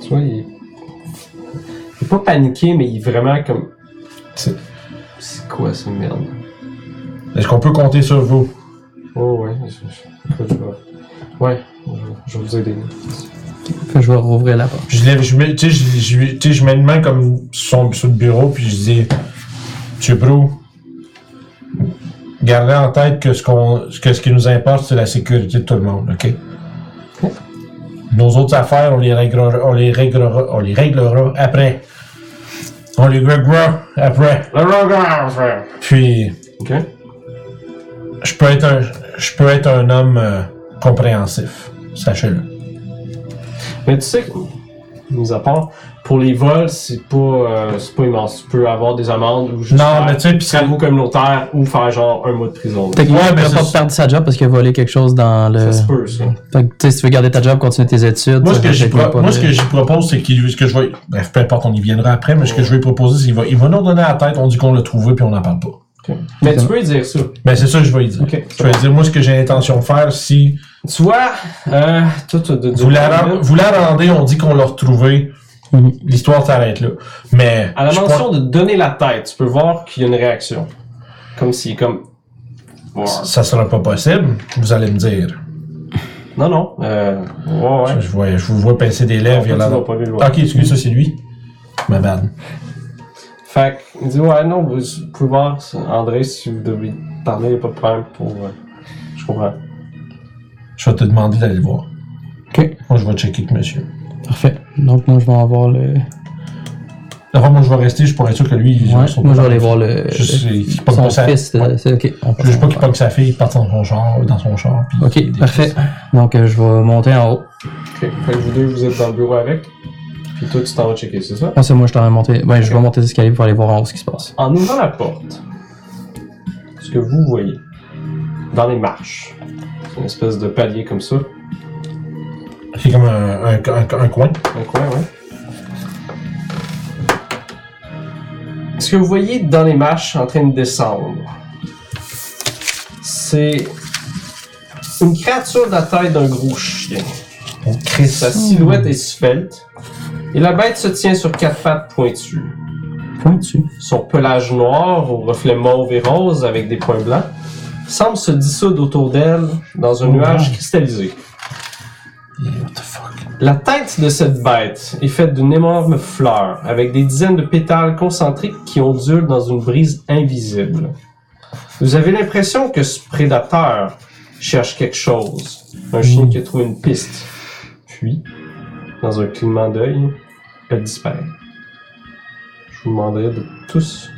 Speaker 1: Tu vois, il est... il est pas paniqué, mais il est vraiment comme.
Speaker 2: C'est-
Speaker 1: C'est quoi cette merde?
Speaker 2: Est-ce qu'on peut compter sur vous?
Speaker 1: Oh, ouais. je- je- écoute, je vais- Ouais, je- je vais vous aider.
Speaker 3: Fait que je vais rouvrir la porte.
Speaker 2: Puis je lève, je mets, tu sais, je, je, tu sais, je mets une main comme sur, son- sur le bureau, puis je dis, Monsieur Brou, gardez en tête que ce qu'on, que ce qui nous importe, c'est la sécurité de tout le monde, ok? Nos autres affaires, on les réglera, on les réglera, on les réglera après. On les réglera après.
Speaker 1: Le regard, frère!
Speaker 2: Puis,
Speaker 1: Ok?
Speaker 2: je peux être un, je peux être un homme euh, compréhensif, sachez-le.
Speaker 1: Mais tu sais que, mis à part, pour les vols, c'est pas, euh, c'est pas immense. Tu peux avoir des amendes ou juste
Speaker 2: Non,
Speaker 1: faire
Speaker 2: mais tu sais, puis c'est-
Speaker 1: travaux communautaires ou faire genre un mois de prison.
Speaker 3: Techniquement,
Speaker 2: Ouais,
Speaker 3: il
Speaker 2: mais
Speaker 3: n'a
Speaker 2: ça,
Speaker 3: pas
Speaker 2: c'est-
Speaker 3: perdu sa job parce qu'il a volé quelque chose dans le.
Speaker 1: Ça se peut, ça.
Speaker 3: Fait que, tu sais, si tu veux garder ta job, continue tes études.
Speaker 2: Moi,
Speaker 3: ça
Speaker 2: ce que
Speaker 3: fait
Speaker 2: j'y
Speaker 3: qu'il y a
Speaker 2: pro-
Speaker 3: pas
Speaker 2: moi,
Speaker 3: de-
Speaker 2: ce que j'y propose, c'est qu'il, ce que je vais, bref, peu importe, on y viendra après, mais ce que je vais lui proposer, c'est qu'il va, il va nous donner la tête, on dit qu'on l'a trouvé, puis on n'en parle pas.
Speaker 1: Mais tu peux lui dire ça.
Speaker 2: Ben, c'est ça que je vais lui dire.
Speaker 1: Ok.
Speaker 2: Je vais lui dire, moi, ce que j'ai l'intention de faire, si
Speaker 1: Tu vois, euh, toi, tu de, de-
Speaker 2: vous la, ren- vous la rendez, on dit qu'on l'a retrouvé,
Speaker 3: Mhm.
Speaker 2: l'histoire s'arrête là. Mais,
Speaker 1: À la
Speaker 2: je
Speaker 1: mention
Speaker 2: crois-
Speaker 1: de donner la tête, tu peux voir qu'il y a une réaction. Comme si, comme.
Speaker 2: ça sera pas possible, vous allez me dire.
Speaker 1: Non, non. Euh, ouais, ouais.
Speaker 2: Je, vois, je vous vois pincer des lèvres, il y a
Speaker 1: Toi,
Speaker 2: la-
Speaker 1: tu vas pas lui le voir.
Speaker 2: Ok, excuse, ça, c'est lui. Ma bad.
Speaker 1: Fait que, il dit, ouais, non, vous vous pouvez voir, André, si vous devez parler, il n'y a pas de problème pour. euh, je comprends.
Speaker 2: Je vais te demander d'aller le voir.
Speaker 3: Ok,
Speaker 2: Moi, je vais checker avec monsieur.
Speaker 3: parfait. Donc, moi, je vais avoir le.
Speaker 2: D'abord, moi, je vais rester, je pourrais être sûr que lui, il
Speaker 3: Ouais, moi, je vais aller voir le.
Speaker 2: Je sais, il pogne
Speaker 3: son
Speaker 2: pas ça.
Speaker 3: fils. euh, c'est- Ok. on
Speaker 2: Je veux juste pas
Speaker 3: passe-
Speaker 2: qu'il pogne sa fille, il parte dans son char, dans son char. puis- puis
Speaker 3: Ok,
Speaker 2: des-
Speaker 3: parfait. Donc, euh, je vais monter en haut.
Speaker 1: Ok. Fait que vous deux, vous êtes dans le bureau avec. Puis toi, tu t'en vas checker, c'est ça?
Speaker 3: Ah, c'est moi, je t'en vais monter. Ben, je vais monter les escaliers pour aller voir en haut ce qui se passe.
Speaker 1: En ouvrant la porte, ce que vous voyez dans les marches, c'est une espèce de palier comme ça,
Speaker 2: C'est comme un, un, un- un coin.
Speaker 1: un coin, ouais. Ce que vous voyez dans les marches en train de descendre, c'est une créature de la taille d'un gros chien.
Speaker 2: On crée
Speaker 1: Sa silhouette est svelte et la bête se tient sur quatre pattes pointues.
Speaker 3: Pointu.
Speaker 1: Son pelage noir aux reflets mauve et rose avec des points blancs semble se dissoudre autour d'elle dans un
Speaker 2: Oh,
Speaker 1: nuage
Speaker 2: wow.
Speaker 1: cristallisé.
Speaker 2: What the fuck?
Speaker 1: La tête de cette bête est faite d'une énorme fleur avec des dizaines de pétales concentriques qui ondulent dans une brise invisible. Vous avez l'impression que ce prédateur cherche quelque chose, un
Speaker 2: Mm.
Speaker 1: chien qui a trouvé une piste. Puis, dans un clignement d'œil, elle disparaît. Je vous demanderai de tous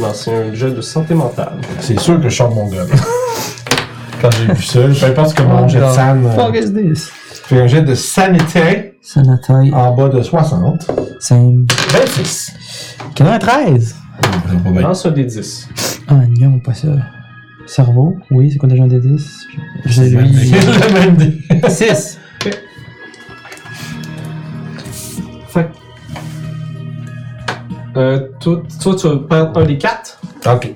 Speaker 1: lancer un jet de santé mentale.
Speaker 2: C'est sûr que je sors mon gun. Quand j'ai vu ça, peu importe ce que mon jet de san.
Speaker 3: Oh, Fuck
Speaker 2: euh,
Speaker 3: is this?
Speaker 2: Fait un jet de sanité
Speaker 3: C'est la taille.
Speaker 2: en bas de 60.
Speaker 3: C'est.
Speaker 2: 26.
Speaker 3: 93!
Speaker 1: Lance un des 10.
Speaker 3: Ah non, pas ça. Cerveau? Oui, c'est quoi déjà un des 10? Je
Speaker 2: C'est
Speaker 3: lui.
Speaker 2: le même dé.
Speaker 3: 6!
Speaker 1: Fait que- euh, toi, toi, tu vas prendre un des quatre.
Speaker 2: Ok.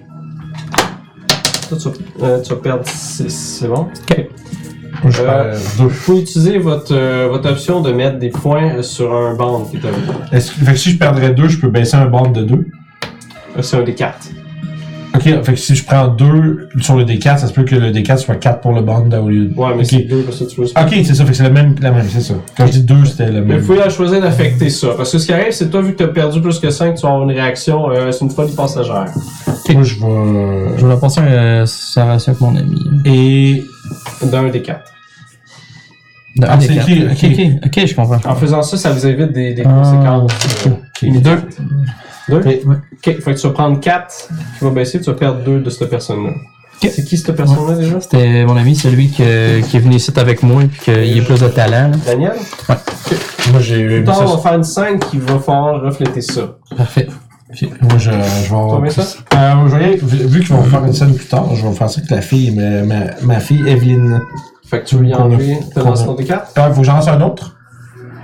Speaker 1: Toi, tu, vas- euh, tu vas perdre 6, c'est bon? Ok.
Speaker 3: Euh,
Speaker 2: Je perds deux.
Speaker 1: Vous pouvez utiliser votre, euh, votre option de mettre des points euh, sur un euh, band qui est à vous.
Speaker 2: Est-ce que- Fait que si je perdrais deux, je peux baisser un bord de deux.
Speaker 1: Euh, C'est un des cartes.
Speaker 2: Ok, fait que si je prends deux sur le D4, ça se peut que le D4 soit 4 pour le bond au lieu de.
Speaker 1: Ouais, mais
Speaker 2: Ok.
Speaker 1: c'est deux parce que tu veux.
Speaker 2: Ok, c'est ça, fait que c'est la même, la même, c'est ça. Quand je dis deux, c'était la
Speaker 1: Mais
Speaker 2: même.
Speaker 1: vous pouvez la choisir d'affecter ça. Parce que ce qui arrive, c'est toi, vu que t'as perdu plus que 5, tu vas avoir une réaction. euh, c'est une folie passagère.
Speaker 2: Moi, je vais.
Speaker 3: Je vais penser à ça avec mon ami.
Speaker 2: Ah, Et.
Speaker 1: D'un des quatre.
Speaker 3: De
Speaker 2: Ah,
Speaker 3: un des
Speaker 2: c'est
Speaker 3: quatre.
Speaker 2: écrit, ok.
Speaker 3: ok, ok, je comprends.
Speaker 1: En faisant ça, ça vous évite des, des
Speaker 3: Ah,
Speaker 1: conséquences. euh,
Speaker 2: Ok.
Speaker 1: immédiates. Deux?
Speaker 2: Et-
Speaker 1: Ok, fait que tu vas prendre 4 qui va baisser, tu vas perdre 2 de cette personne-là. C'est qui cette personne-là déjà?
Speaker 3: C'était mon ami, celui que- qui est venu ici avec moi et qu'il a plus de talent. là.
Speaker 1: Daniel?
Speaker 2: Moi, j'ai.
Speaker 1: Donc, on va faire une scène qui va falloir refléter ça.
Speaker 3: Parfait.
Speaker 2: Ok, Moi, je, je vais.
Speaker 1: Combien ça?
Speaker 2: Euh, je vais y aller- vu vu qu'ils vont faire une scène plus tard, je vais faire ça avec la fille, ma, ma, ma fille Evelyne.
Speaker 1: Fait que tu veux y
Speaker 2: Qu'on a-
Speaker 1: enlever. T'as lancé
Speaker 2: qu'on a-
Speaker 1: ton D4?
Speaker 2: Ah, faut que j'en lance un autre?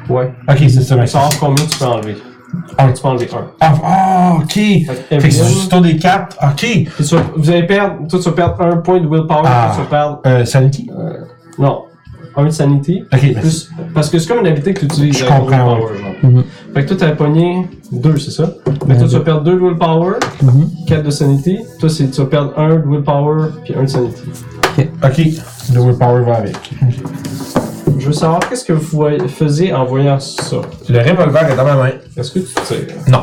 Speaker 1: Ouais.
Speaker 2: Ok, c'est ça, mec.
Speaker 1: Sors combien tu peux enlever?
Speaker 2: Un.
Speaker 1: Tu peux enlever un.
Speaker 2: Ah, ah, ok! Fait
Speaker 1: Fait que
Speaker 2: que c'est
Speaker 1: Evelyn-
Speaker 2: juste tour des quatre. Ok!
Speaker 1: Puis tu vas- vous allez perdre, toi tu vas perdre un point de willpower,
Speaker 2: Ah.
Speaker 1: toi, tu vas perdre,
Speaker 2: Euh, Sanity?
Speaker 1: non, un de sanity,
Speaker 2: Ok, ben, merci.
Speaker 1: plus, parce que c'est comme une habilité que tu utilises.
Speaker 2: Je
Speaker 1: avec ton
Speaker 2: comprends,
Speaker 1: willpower, genre.
Speaker 3: Mhm.
Speaker 1: Fait que toi t'avais pogné deux, c'est ça? Mais toi tu vas perdre deux de willpower,
Speaker 3: Mhm.
Speaker 1: quatre de sanity, toi c'est- tu vas perdre un de willpower, puis un de sanity.
Speaker 2: Ok, le willpower va avec.
Speaker 1: Je veux savoir qu'est-ce que vous voy- faisiez en voyant ça?
Speaker 2: Le revolver est dans ma main.
Speaker 1: Est-ce que tu tires?
Speaker 2: Non.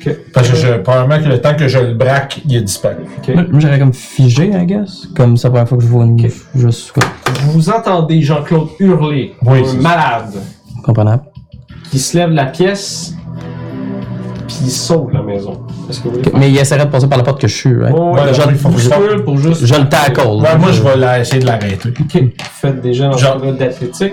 Speaker 1: Ok.
Speaker 2: Parce que je, probablement que le temps que je le braque, il a disparu.
Speaker 3: Moi, moi, j'aurais comme figé, I guess. Comme c'est la première fois que je vois une. Je suis
Speaker 1: Vous entendez Jean-Claude hurler,
Speaker 2: Oui,
Speaker 1: un
Speaker 2: c'est-
Speaker 1: malade,
Speaker 3: comprenable.
Speaker 1: qui se lève de la pièce, puis il sauve la maison. Est-ce que vous voulez faire
Speaker 3: Mais il essaierait de passer par la porte que je suis, right?
Speaker 1: Oh, ouais,
Speaker 2: Ouais,
Speaker 1: je,
Speaker 2: il faut que je
Speaker 1: je- pour juste.
Speaker 3: Je le tackle. là.
Speaker 2: Ouais, Ben, moi, je vais la- essayer de l'arrêter.
Speaker 1: Ok, faites déjà dans
Speaker 2: Genre-
Speaker 1: le d'athlétique.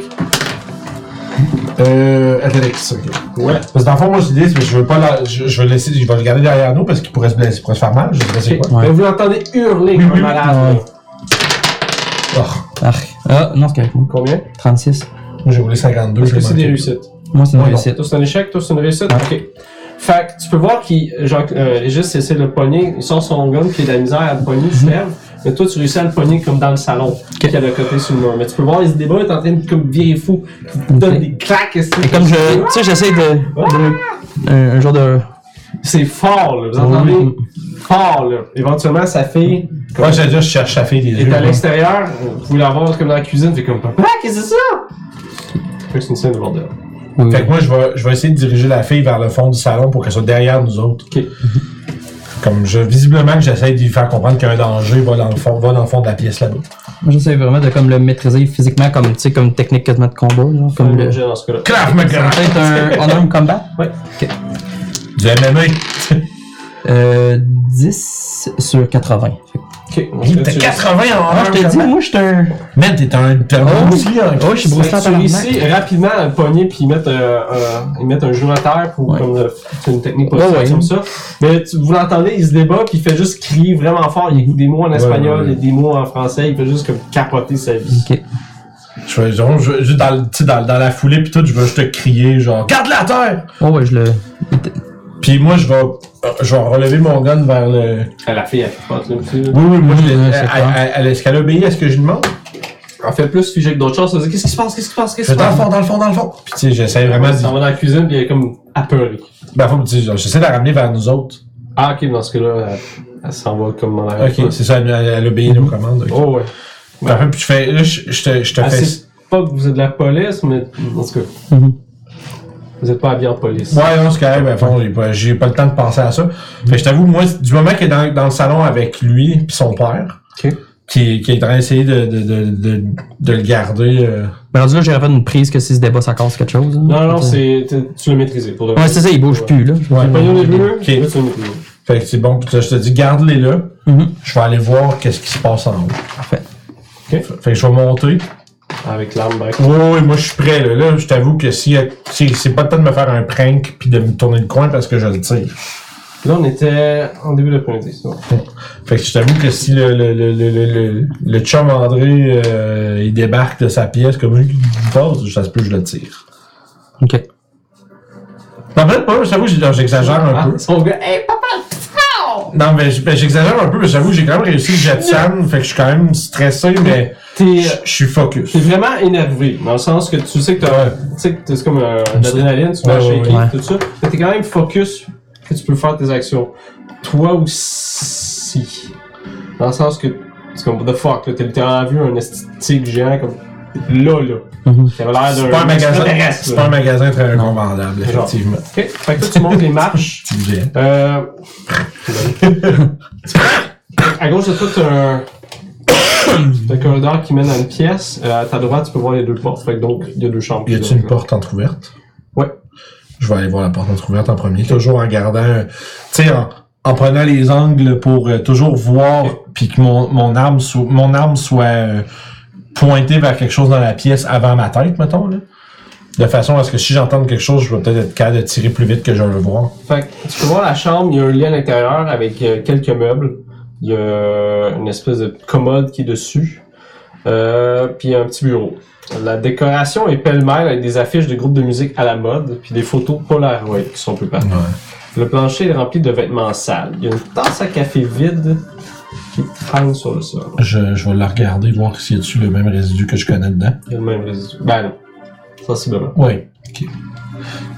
Speaker 2: Euh, Athletics, ok.
Speaker 1: Ouais.
Speaker 2: Parce que dans le fond, moi, l'idée, c'est que je veux pas la, je, je veux laisser, je vais le garder derrière nous parce qu'il pourrait se blesser, il pourrait se faire mal, je sais pas c'est quoi.
Speaker 1: Ok. Mais vous l'entendez hurler
Speaker 3: Hum,
Speaker 1: comme
Speaker 2: oui,
Speaker 1: un malade.
Speaker 2: Oh,
Speaker 3: Arc. Ah, non, c'est correct. moi.
Speaker 1: Combien
Speaker 3: 36.
Speaker 2: moi, j'ai roulé 52,
Speaker 1: Est-ce
Speaker 2: j'ai
Speaker 1: que c'est des
Speaker 2: manqué.
Speaker 1: réussites
Speaker 3: Moi, c'est une
Speaker 2: Moi, non.
Speaker 3: réussite.
Speaker 1: Toi, c'est un échec, toi, c'est une réussite. Ok. Fait que tu peux voir qu'il. Jean- euh, Régis essaie de le pogner. Il sort son gun, puis il a de la misère à le pogner, il se
Speaker 3: Hum.
Speaker 1: lève. Mais toi, tu réussis à le pogner comme dans le salon, qui est à côté sur le mur. Mais tu peux voir, il se débat, il est en train de comme virer fou. Il te donne
Speaker 3: Ok.
Speaker 1: des claques. est-ce que-
Speaker 3: Et comme je. Tu sais, j'essaie de. de- un, un genre de.
Speaker 1: C'est fort, là. Vous entendez Fort, là. Éventuellement, sa fille.
Speaker 2: Moi, j'ai dit, je cherche la fille des
Speaker 1: est
Speaker 2: yeux.
Speaker 1: à
Speaker 2: hein.
Speaker 1: l'extérieur, vous pouvez la voir comme dans la cuisine, fait comme Papa, qu'est-ce que c'est ça? Fait que c'est une scène de bordel.
Speaker 3: Oui.
Speaker 2: Fait que moi, je vais, je vais essayer de diriger la fille vers le fond du salon pour qu'elle soit derrière nous autres.
Speaker 1: Ok.
Speaker 2: Comme je, visiblement, que j'essaie de lui faire comprendre qu'il y a un danger, va dans le fond, va dans le fond de la pièce là-bas.
Speaker 3: Moi, j'essaie vraiment de comme le maîtriser physiquement, comme, tu sais, comme une technique quasiment de combat, genre, comme le.
Speaker 1: J'ai dans ce cas-là.
Speaker 2: Claf, me
Speaker 3: Ça va être un unarmed combat.
Speaker 1: Ouais.
Speaker 2: Du MMA.
Speaker 3: Euh, 10 sur 80. Fait que-
Speaker 1: Ok, on
Speaker 2: Il
Speaker 1: se fait
Speaker 2: était
Speaker 1: tuer.
Speaker 2: 80 en
Speaker 3: Ah, je te dis, moi, je suis un.
Speaker 2: Man, t'es
Speaker 1: Ah,
Speaker 2: un. T'es un.
Speaker 3: Oh,
Speaker 2: aussi, hein.
Speaker 3: oh, je suis
Speaker 1: Fait
Speaker 3: brossé en
Speaker 1: que tu
Speaker 3: tabarnak.
Speaker 1: réussis rapidement à le pogner puis ils mettent, euh, euh, ils mettent un genou à terre pour
Speaker 3: Ouais.
Speaker 1: comme, euh, c'est une technique
Speaker 3: Ouais,
Speaker 1: pour
Speaker 3: ouais.
Speaker 1: comme ça. Mais tu- vous l'entendez, il se débat puis il fait juste crier vraiment fort. Il y a des mots en espagnol,
Speaker 2: ouais,
Speaker 1: il y a des mots en français, il fait juste comme capoter sa vie.
Speaker 3: Ok.
Speaker 2: Je vais genre, je, juste dans, le- tu sais, dans, dans la foulée, pis tout, je vais juste te crier, genre, garde la terre!
Speaker 3: Oh, ouais, je le.
Speaker 2: Puis moi, je vais, euh, je vais relever mon gun vers le.
Speaker 1: Ah, La fille, elle fait pas ça aussi, là.
Speaker 2: Oui, oui, moi, je l'ai- Ah,
Speaker 3: Mhm, ouais,
Speaker 2: elle-
Speaker 3: c'est
Speaker 2: elle-
Speaker 3: clair.
Speaker 2: elle- elle- Est-ce qu'elle obéit à ce que je lui demande?
Speaker 1: Elle fait plus figé que d'autres choses. Elle dit Qu'est-ce qui se passe Qu'est-ce qui se passe Qu'est-ce
Speaker 2: Je
Speaker 1: qui
Speaker 2: fais
Speaker 1: se
Speaker 2: dans le
Speaker 1: passe
Speaker 2: fond, dans le fond, dans le fond. Puis tu sais, j'essaie
Speaker 1: Elle
Speaker 2: vraiment de.
Speaker 1: s'en va dans la cuisine puis elle est comme apeurée.
Speaker 2: Ben, faut que tu- j'essaie de la ramener vers nous autres.
Speaker 1: Ah, ok, dans ce cas-là, elle, elle s'en va comme dans la
Speaker 2: Ok, c'est ça, elle, elle obéit aux commandes. ok.
Speaker 1: Oh, ouais.
Speaker 2: Parfait, puis je fais. Là, je, je te, je te
Speaker 1: Ah,
Speaker 2: fais.
Speaker 1: c'est pas que vous êtes de la police, mais en tout cas,
Speaker 3: Mhm. Ah,
Speaker 1: vous êtes pas habillé en police.
Speaker 2: Ouais, non, c'est correct, ben, fond, j'ai pas, j'ai pas le temps de penser à ça. Mais je t'avoue, moi, du moment qu'il est dans, dans le salon avec lui puis son père,
Speaker 1: Ok.
Speaker 2: qui, qui est en train d'essayer de, de, de, de, de le garder. euh,
Speaker 3: Mais rendu là, j'aurais fait une prise que si ce débat, ça casse quelque chose. hein.
Speaker 1: Non, non,
Speaker 3: Fait que-
Speaker 1: c'est, t'es- tu l'as maîtrisé pour le
Speaker 3: Ouais, c'est ça, il bouge
Speaker 1: Ouais.
Speaker 3: plus, là.
Speaker 2: Ouais.
Speaker 1: Pogné au début, là,
Speaker 2: Ok.
Speaker 1: tu l'as maîtrisé.
Speaker 2: Fait que c'est bon, puis là, je te dis, garde-les là.
Speaker 3: Mhm.
Speaker 2: Je vais aller voir qu'est-ce qui se passe en haut.
Speaker 3: Parfait.
Speaker 2: Ok. Fait que je vais monter.
Speaker 1: Avec l'arme, ben,
Speaker 2: Oui, oui, moi, je suis prêt, là. Là, je t'avoue que si, si- c'est pas le temps de me faire un prank puis de me tourner le coin parce que je le tire.
Speaker 1: Là, on était en début d'après-midi, c'est bon.
Speaker 2: Fait que je t'avoue que si le, le, le, le, le, le, le chum André, euh, il débarque de sa pièce comme il passe, ça se peut que je le tire.
Speaker 3: Ok.
Speaker 2: Non, peut-être pas, j'avoue, j'ai- non, j'exagère un
Speaker 1: Ah,
Speaker 2: peu.
Speaker 1: son gars, hey, papa!
Speaker 2: Non, mais j'- mais j'exagère un peu, mais j'avoue, j'ai quand même réussi le jet de Sam, fait que je suis quand même stressé, mais
Speaker 1: T'es, euh,
Speaker 2: je je suis focus.
Speaker 1: t'es vraiment énervé, dans le sens que tu sais que t'as,
Speaker 2: Ouais.
Speaker 1: tu sais que t'es c'est comme euh, de l'adrénaline, tu vas
Speaker 2: Ouais, ouais,
Speaker 1: shaker,
Speaker 3: ouais.
Speaker 1: tout ça. Mais t'es quand même focus que tu peux faire tes actions. Toi aussi. Dans le sens que, c'est comme, what the fuck, là, t'as littéralement vu un esthétique géant comme, là, là.
Speaker 3: Mhm.
Speaker 1: T'avais l'air d'un.
Speaker 2: C'est pas un magasin,
Speaker 1: extraterrestre, là.
Speaker 2: c'est pas un magasin très recommandable, effectivement.
Speaker 1: Ok, fait que toi, tu montes les marches.
Speaker 2: Tu me dis, hein?
Speaker 1: Euh... à gauche de toi, t'as un... t'as un corridor qui mène à une pièce. Euh, à ta droite, tu peux voir les deux portes. Fait que donc, il y a deux chambres.
Speaker 2: Y a-tu une porte entrouverte?
Speaker 1: Ouais.
Speaker 2: Je vais aller voir la porte entrouverte en premier, toujours en gardant, euh, tu sais, en, en prenant les angles pour euh, toujours voir, puis que mon, mon, arme so- mon arme soit euh, pointée vers quelque chose dans la pièce avant ma tête, mettons. Là. De façon à ce que si j'entends quelque chose, je vais peut-être être capable de tirer plus vite que je le voir.
Speaker 1: Fait que tu peux voir la chambre, il y a un lit à l'intérieur avec euh, quelques meubles. Il y a une espèce de commode qui est dessus. Euh, puis il y a un petit bureau. La décoration est pêle-mêle avec des affiches de groupes de musique à la mode, puis des photos Polaroid qui sont un peu partout. Le plancher est rempli de vêtements sales. Il y a une tasse à café vide qui traîne sur le sol.
Speaker 2: Je, je vais la regarder, voir s'il y a dessus le même résidu que je connais dedans.
Speaker 1: Il y a le même résidu. Ben non, sensiblement.
Speaker 2: Oui. ok.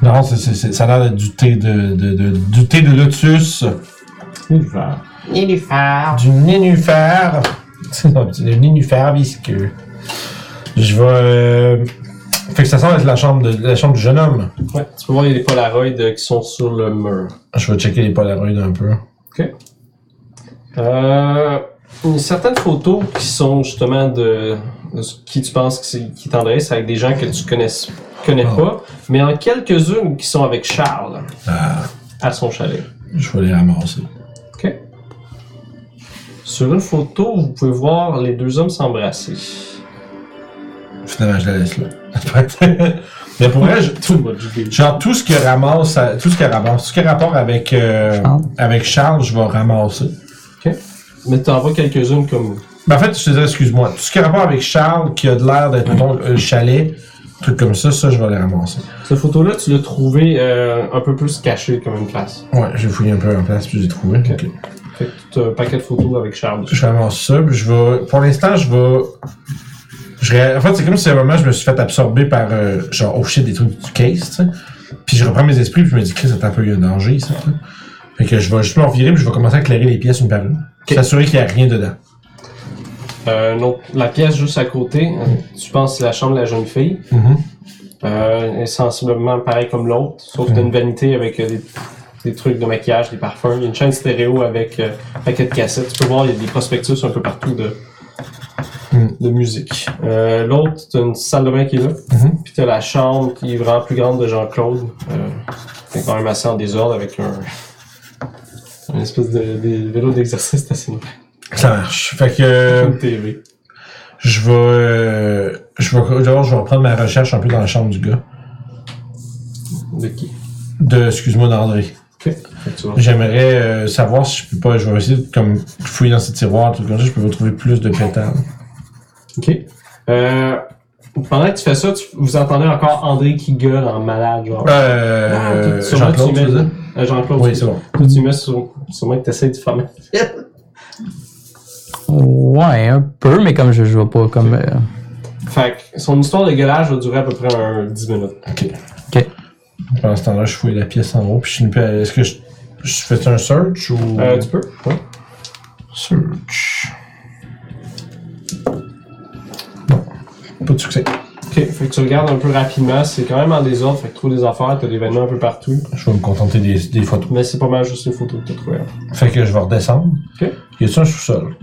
Speaker 2: Non, c'est- c'est- c'est- ça a l'air d'être du thé de, de, de- du thé de lotus,
Speaker 1: Nénuphar. Nénuphar.
Speaker 2: du nénuphar. C'est un petit du nénuphar visqueux. Je vais. euh, Fait que ça sent être la chambre, de, la chambre du jeune homme.
Speaker 1: Ouais, tu peux voir, il y a des Polaroids euh, qui sont sur le mur.
Speaker 2: Je vais checker les polaroids un peu.
Speaker 1: Euh, certaines photos qui sont justement de, de ce qui tu penses que c'est- qui t'adressent avec des gens que tu connais, connais
Speaker 2: Ah.
Speaker 1: pas, mais en quelques-unes qui sont avec Charles
Speaker 2: Ah,
Speaker 1: à son chalet.
Speaker 2: je vais les ramasser.
Speaker 1: Ok. Sur une photo, vous pouvez voir les deux hommes s'embrasser.
Speaker 2: Finalement, je la laisse là. Mais pour vrai, je-
Speaker 1: Tout le monde.
Speaker 2: genre tout ce qui ramasse, tout ce qui ramasse, tout ce qui a rapport avec euh,
Speaker 3: Charles.
Speaker 2: avec Charles, je vais ramasser.
Speaker 1: Mais t'en vois quelques-unes comme
Speaker 2: Ben, en fait, je te dirais, excuse-moi, tout ce qui a rapport avec Charles, qui a de l'air d'être, mettons, un chalet, truc comme ça, ça, je vais les ramasser.
Speaker 1: cette photo-là, tu l'as trouvée euh, un peu plus cachée comme une place.
Speaker 2: Ouais, j'ai fouillé un peu en place, puis j'ai trouvé.
Speaker 1: Ok.
Speaker 2: Ok.
Speaker 1: Fait que t'as un paquet de photos avec Charles. dessus.
Speaker 2: Je ramasse ça, puis je vais... Pour l'instant, je vais... Je ré- En fait, c'est comme si à un moment, je me suis fait absorber par, euh, genre, oh shit, des trucs du case, tu sais. Puis je reprends mes esprits, puis je me dis, Chris, attends un peu, il y a un danger, ça. là. Fait que je vais juste me revirer, puis je vais commencer à éclairer les pièces une par une. S'assurer qu'il n'y a rien dedans.
Speaker 1: Euh, non, la pièce juste à côté, euh, tu penses que c'est la chambre de la jeune fille. Euh, est sensiblement pareil comme l'autre, sauf que t'as une vanité avec euh, des, des trucs de maquillage, des parfums. Il y a une chaîne stéréo avec euh, un paquet de cassettes. Tu peux voir, il y a des prospectus un peu partout de,
Speaker 2: Mm.
Speaker 1: de musique. Euh, l'autre, t'as une salle de bain qui est là.
Speaker 2: Mhm.
Speaker 1: Puis t'as la chambre qui est vraiment plus grande de Jean-Claude. Euh, c'est quand même assez en désordre avec un... Une espèce de, de vélo d'exercice stationnaire.
Speaker 2: Ça marche. Fait que... euh,
Speaker 1: Une TV.
Speaker 2: Je vais. euh, je vais. D'abord, je vais reprendre ma recherche un peu dans la chambre du gars.
Speaker 1: De qui?
Speaker 2: De, excuse-moi, d'André.
Speaker 1: Ok. Fait que tu vois.
Speaker 2: J'aimerais euh, savoir si je peux pas. Je vais essayer de comme, fouiller dans ces tiroirs, tout comme ça, je peux retrouver plus de pétales.
Speaker 1: OK. Euh, pendant que tu fais ça, tu- vous entendez encore André qui gueule en malade, genre. Ah,
Speaker 2: Euh.
Speaker 1: Sûrement que
Speaker 2: Jean-Claude,
Speaker 1: tu
Speaker 2: tu
Speaker 1: mets-
Speaker 2: veux dire?
Speaker 1: Euh, Jean-Claude,
Speaker 2: Oui,
Speaker 1: tu-
Speaker 2: c'est bon.
Speaker 1: toi, tu mets sur, sûrement que tu essaies de faire mal.
Speaker 3: Ouais, un peu, mais comme je je vois pas comme. euh,
Speaker 1: Fait que son histoire de gueulage va durer à peu près un 10 minutes.
Speaker 2: Ok.
Speaker 3: Ok.
Speaker 2: Pendant ce temps-là, je fouille la pièce en haut, puis je suis une pa- Est-ce que je, je fais un search ou.
Speaker 1: Euh, tu peux? Ouais.
Speaker 2: Search. Non. Pas de succès.
Speaker 1: Ok, fait que tu regardes un peu rapidement, c'est quand même en désordre, fait que tu trouves des affaires, t'as des vêtements un peu partout,
Speaker 2: Je vais me contenter des, des photos.
Speaker 1: mais c'est pas mal juste les photos que t'as trouvées.
Speaker 2: Fait que je vais redescendre.
Speaker 1: Ok.
Speaker 2: Y a-tu un sous-sol?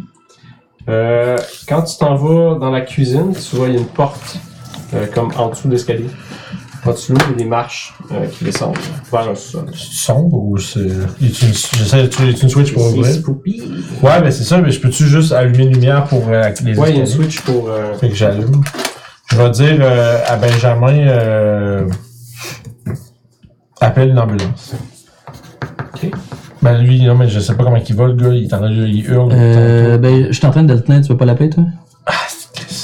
Speaker 1: Euh, quand tu t'en vas dans la cuisine, tu vois, il y a une porte, euh, comme en dessous de l'escalier. Quand tu l'ouvres, il y a des marches euh, qui descendent vers un sous-sol.
Speaker 2: sombre ou c'est. Y a-tu une- J'essaie de trouver y a-tu une switch pour ouvrir.
Speaker 1: C'est Spoopy.
Speaker 2: Ouais, mais c'est ça, mais je peux-tu juste allumer une lumière pour euh, les
Speaker 1: Ouais, il y a
Speaker 2: escaliers?
Speaker 1: une switch pour. euh,
Speaker 2: Fait que j'allume. Je vais dire euh, à Benjamin euh, appelle une ambulance.
Speaker 1: Ok.
Speaker 2: Ben lui, non, mais je sais pas comment il va, le gars, il, est en train de- il hurle.
Speaker 3: euh, ben, je suis en train de le tenir, tu veux pas l'appeler, toi?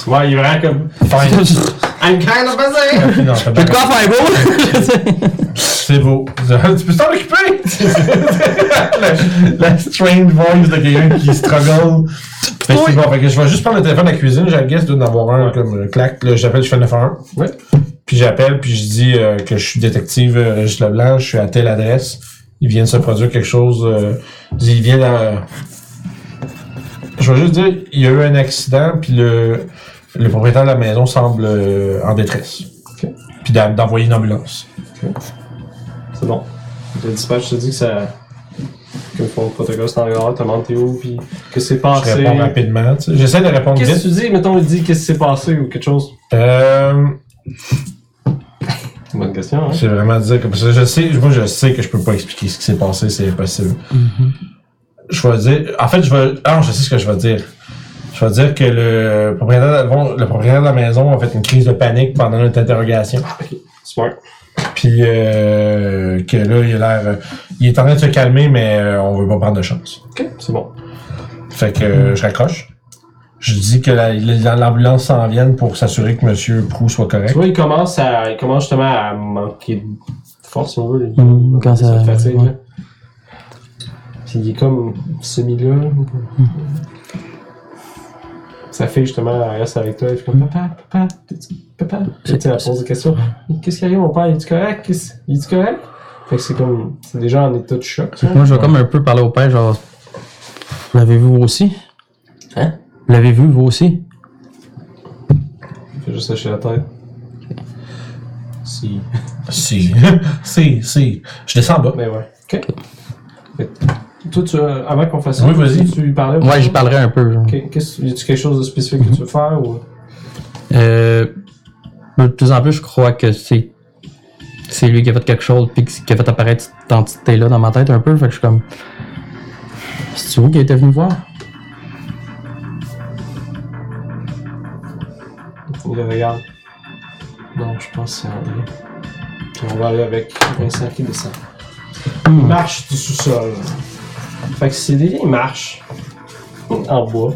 Speaker 1: Ouais, il est vraiment comme.
Speaker 2: Fine.
Speaker 1: I'm kind of busy!
Speaker 2: Ok, non, t'as bien-
Speaker 3: quoi faire, gros?
Speaker 2: C'est beau. Tu peux t'en occuper! la, la strained voice de quelqu'un qui struggle. Fait que c'est bon. Fait que je vais juste prendre le téléphone à la cuisine, je guess, d'en avoir un comme euh, clac. Là, j'appelle, je fais 911.
Speaker 1: Ouais.
Speaker 2: Puis j'appelle, puis je dis euh, que je suis détective euh, Régis Leblanc, je suis à telle adresse. Il vient de se produire quelque chose. euh, il vient à... Je vais juste dire, il y a eu un accident, puis le, le propriétaire de la maison semble euh, en détresse.
Speaker 1: Ok.
Speaker 2: Puis d'a- d'envoyer une ambulance.
Speaker 1: C'est bon. Le dispatch te dit que ça. Que font le protocole standard, te demande t'es où, pis que c'est
Speaker 2: Je
Speaker 1: passé.
Speaker 2: réponds rapidement. tu sais. J'essaie de répondre
Speaker 1: Qu'est-ce que
Speaker 2: vite.
Speaker 1: tu dis? Mettons, il dit qu'est-ce qui s'est passé ou quelque chose.
Speaker 2: Euh,
Speaker 1: une bonne question. Hein?
Speaker 2: C'est vraiment dire que. Parce que je sais, moi, je sais que je peux pas expliquer ce qui s'est passé, c'est impossible. Je vais dire. En fait, je vais. Ah, je sais ce que je vais dire. Je vais dire que le propriétaire de la, bon, le propriétaire de la maison a fait une crise de panique pendant notre interrogation.
Speaker 1: Super.
Speaker 2: Puis euh, que là, il a l'air. euh, Il est en train de se calmer, mais euh, on veut pas prendre de chance.
Speaker 1: Ok, c'est bon.
Speaker 2: Fait que euh, je raccroche. Je dis que la- la- l'ambulance s'en vienne pour s'assurer que Monsieur Prou soit
Speaker 1: Tu
Speaker 2: correct.
Speaker 1: vois, il commence, à, il commence justement à manquer de force, si on veut.
Speaker 3: Mm, quand ça-
Speaker 1: Ça fatigue,
Speaker 3: ouais.
Speaker 1: là. Puis il est comme semi-là. Sa fille, justement, elle reste avec toi. Elle fait comme Papa, papa, t'es-tu- papa. Puis tu sais, elle pose des questions. Qu'est-ce qu'il y a, mon père Il est-tu correct Qu'est-ce- Il est-tu correct Fait que c'est comme. C'est déjà en état de choc. ça.
Speaker 3: Moi, je vais comme un peu parler au père, genre. L'avez-vous vous aussi?
Speaker 1: Hein?
Speaker 3: L'avez-vous vous aussi?
Speaker 1: Il fait juste hocher la tête. Si.
Speaker 2: Si. si, si. Je descends en bas.
Speaker 1: Ben ouais. Ok. Fait que Toi, tu, as- avant qu'on fasse ça,
Speaker 2: Oui, vas-y.
Speaker 1: tu lui parlais
Speaker 3: Ouais, j'y parlerai un peu. genre.
Speaker 1: Ok, qu'est-ce- Y a-tu quelque chose de spécifique que tu veux faire ou.
Speaker 3: Euh, de plus en plus, je crois que c'est c'est lui qui a fait quelque chose puis qui qui a fait apparaître cette entité-là dans ma tête un peu. Fait que je suis comme. C'est vous qui était venu me voir?
Speaker 1: Il le regarde. Non, je pense que c'est André. Puis on va aller avec Vincent qui descend. Il marche du sous-sol. Fait que c'est des vieilles marches en bois.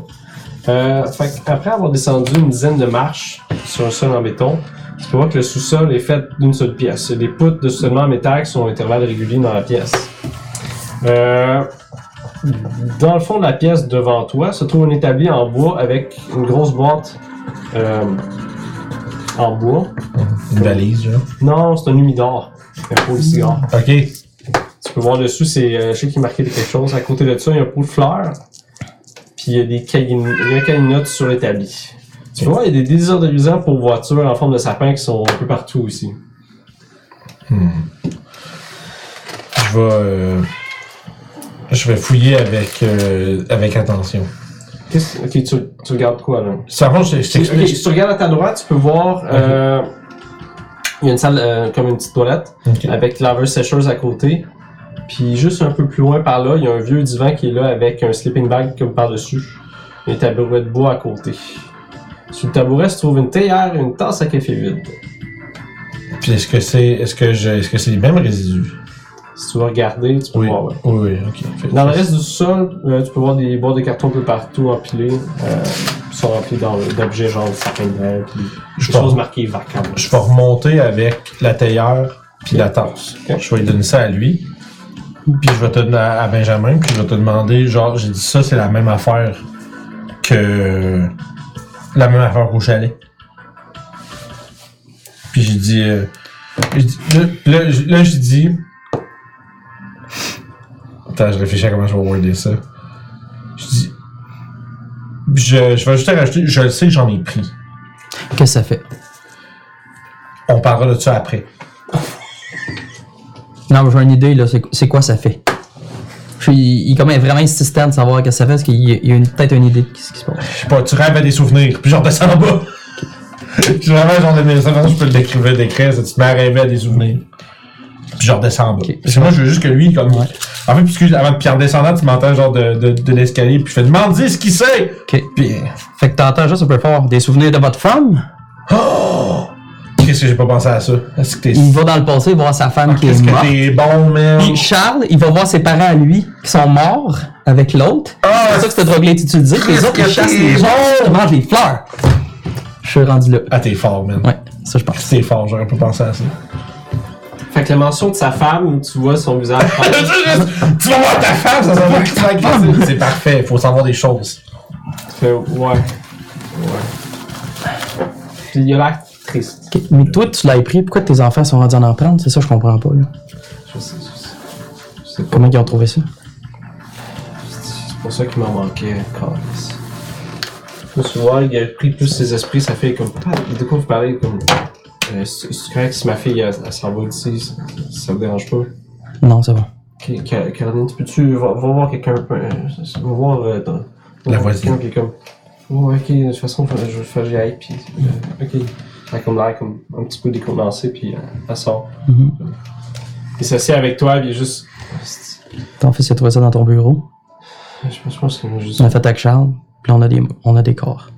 Speaker 1: Euh, fait après avoir descendu une dizaine de marches sur un sol en béton, tu peux voir que le sous-sol est fait d'une seule pièce. Il y a des poutres de seulement en métal qui sont à intervalles réguliers dans la pièce. Euh, dans le fond de la pièce devant toi se trouve un établi en bois avec une grosse boîte euh, en bois.
Speaker 2: Une valise, là.
Speaker 1: Non, c'est un humidor. Un pot de cigare.
Speaker 2: OK.
Speaker 1: Tu peux voir dessus, c'est, euh, je sais qu'il est marqué de quelque chose. À côté de ça, il y a un pot de fleurs. Puis il y a des cagnottes sur l'établi. Tu peux voir, il y a des désodorisants pour voitures en forme de sapin qui sont un peu partout aussi.
Speaker 2: Je vais. euh, je vais fouiller avec, euh, avec attention.
Speaker 1: Qu'est-ce- Ok, tu, tu regardes quoi là?
Speaker 2: Ça va, je je
Speaker 1: Ok,
Speaker 2: t'explique.
Speaker 1: si tu regardes à ta droite, tu peux voir. euh, il y a une salle euh, comme une petite toilette.
Speaker 2: Ok.
Speaker 1: avec laveuse sécheuse à côté. Puis juste un peu plus loin par là, il y a un vieux divan qui est là avec un sleeping bag comme par-dessus. Et un tabouret de bois à côté. Sur le tabouret se trouve une théière et une tasse à café vide.
Speaker 2: Puis est-ce que c'est. Est-ce que je. Est-ce que c'est les mêmes résidus?
Speaker 1: Si tu veux regarder, tu peux
Speaker 2: Oui.
Speaker 1: voir. ouais.
Speaker 2: Oui, oui, ok. Fait-
Speaker 1: Dans le reste du sol, euh, tu peux voir des boîtes de carton un peu partout empilées. Euh, qui sont remplis d'objets genre des sapins de Noël, puis
Speaker 2: Je
Speaker 1: des
Speaker 2: pars.
Speaker 1: choses marquées vacances.
Speaker 2: Je vais remonter avec la théière puis la tasse.
Speaker 1: Ok.
Speaker 2: Je vais lui donner ça à lui. Puis je vais te donner à à Benjamin, puis je vais te demander, genre, j'ai dit ça, c'est la même affaire que la même affaire au chalet. Puis j'ai dit, euh, j'ai dit- là, là, j- là, j'ai dit, attends, je réfléchis à comment je vais worder ça. Je dis, je, je vais juste te rajouter, je le sais que j'en ai pris.
Speaker 3: Qu'est-ce que ça fait?
Speaker 2: On parlera de ça après.
Speaker 3: Non, mais j'ai une idée, là. C'est c'est quoi ça fait? Je suis- il, il est comme vraiment insistant de savoir qu'est-ce que ça fait, parce qu'il y a- il y a une- peut-être une idée de ce qui se passe.
Speaker 2: Je sais pas, tu rêves à des souvenirs, puis genre descends en bas. Puis vraiment, genre, de ça, façon, je peux le décrire, le décrire, c'est que tu te mets à rêver à des souvenirs. Puis genre descends en bas.
Speaker 3: Ok.
Speaker 2: Parce que moi, je veux juste que lui, comme.
Speaker 3: Ouais.
Speaker 2: En fait, puisque avant, puis en descendant, tu m'entends genre de, de, de l'escalier, puis je fais demande dis ce qu'il sait!
Speaker 3: Ok.
Speaker 2: Puis.
Speaker 3: Fait que t'entends juste un peu fort. Des souvenirs de votre femme?
Speaker 2: Oh! Qu'est-ce que j'ai pas pensé à ça? Est-ce que t'es.
Speaker 3: Il va dans le passé voir sa femme qui est
Speaker 2: Est-ce Ah, que
Speaker 3: morte.
Speaker 2: t'es bon, man?
Speaker 3: Puis Charles, il va voir ses parents à lui qui sont morts avec l'autre.
Speaker 2: Ah,
Speaker 3: c'est pour ça que c'était drogué, tu te dis. que Les autres, ils
Speaker 2: qu'est-ce
Speaker 3: chassent
Speaker 2: que
Speaker 3: les
Speaker 2: t'es
Speaker 3: gens,
Speaker 2: bon!
Speaker 3: ils mangent les fleurs. Je suis rendu là.
Speaker 2: Ah, t'es fort, man.
Speaker 3: Ouais, ça je pense.
Speaker 2: T'es fort, j'aurais pas pensé à ça.
Speaker 1: Fait que la mention de sa femme, tu vois son visage.
Speaker 2: tu vas voir ta femme, ça s'en va que tu vas agresser. C'est parfait, faut savoir des choses.
Speaker 1: Fait, ouais. Ouais. Puis il a l'air triste.
Speaker 3: Ok, Mais toi, tu l'as pris, pourquoi tes enfants sont rendus en en prendre? C'est ça, je comprends pas. Là.
Speaker 1: Je sais, je sais. Je sais pas.
Speaker 3: Comment ils ont trouvé ça?
Speaker 1: C'est pour ça qu'il m'en manquait, Carlis. Faut se voir, il a pris plus ses esprits, sa fille est comme. Ah, Papa, de quoi vous parlez Comme. Euh, c'est c'est correct si ma fille elle, elle s'en va d'ici, ça, ça vous dérange pas.
Speaker 3: Non, ça va.
Speaker 1: Ok, Ca- Caroline, tu peux-tu. Va, va voir quelqu'un. euh, Va voir. euh, dans,
Speaker 2: La
Speaker 1: dans
Speaker 2: voisine.
Speaker 1: Oh, quelqu'un qui est comme. Ouais, ok, de toute façon, faut- je vais faire j'y aille, puis. euh, ok. Elle a comme l'air comme un petit peu décondensée, puis euh, elle sort.
Speaker 2: Mm-hmm.
Speaker 1: Euh,
Speaker 3: Mhm.
Speaker 1: Il s'assied avec toi, puis il est juste. Asti.
Speaker 3: Ton fils a trouvé ça dans ton bureau.
Speaker 1: Je pense, je pense que moi, juste.
Speaker 3: On a fait avec Charles, puis là, on a des, on a des corps.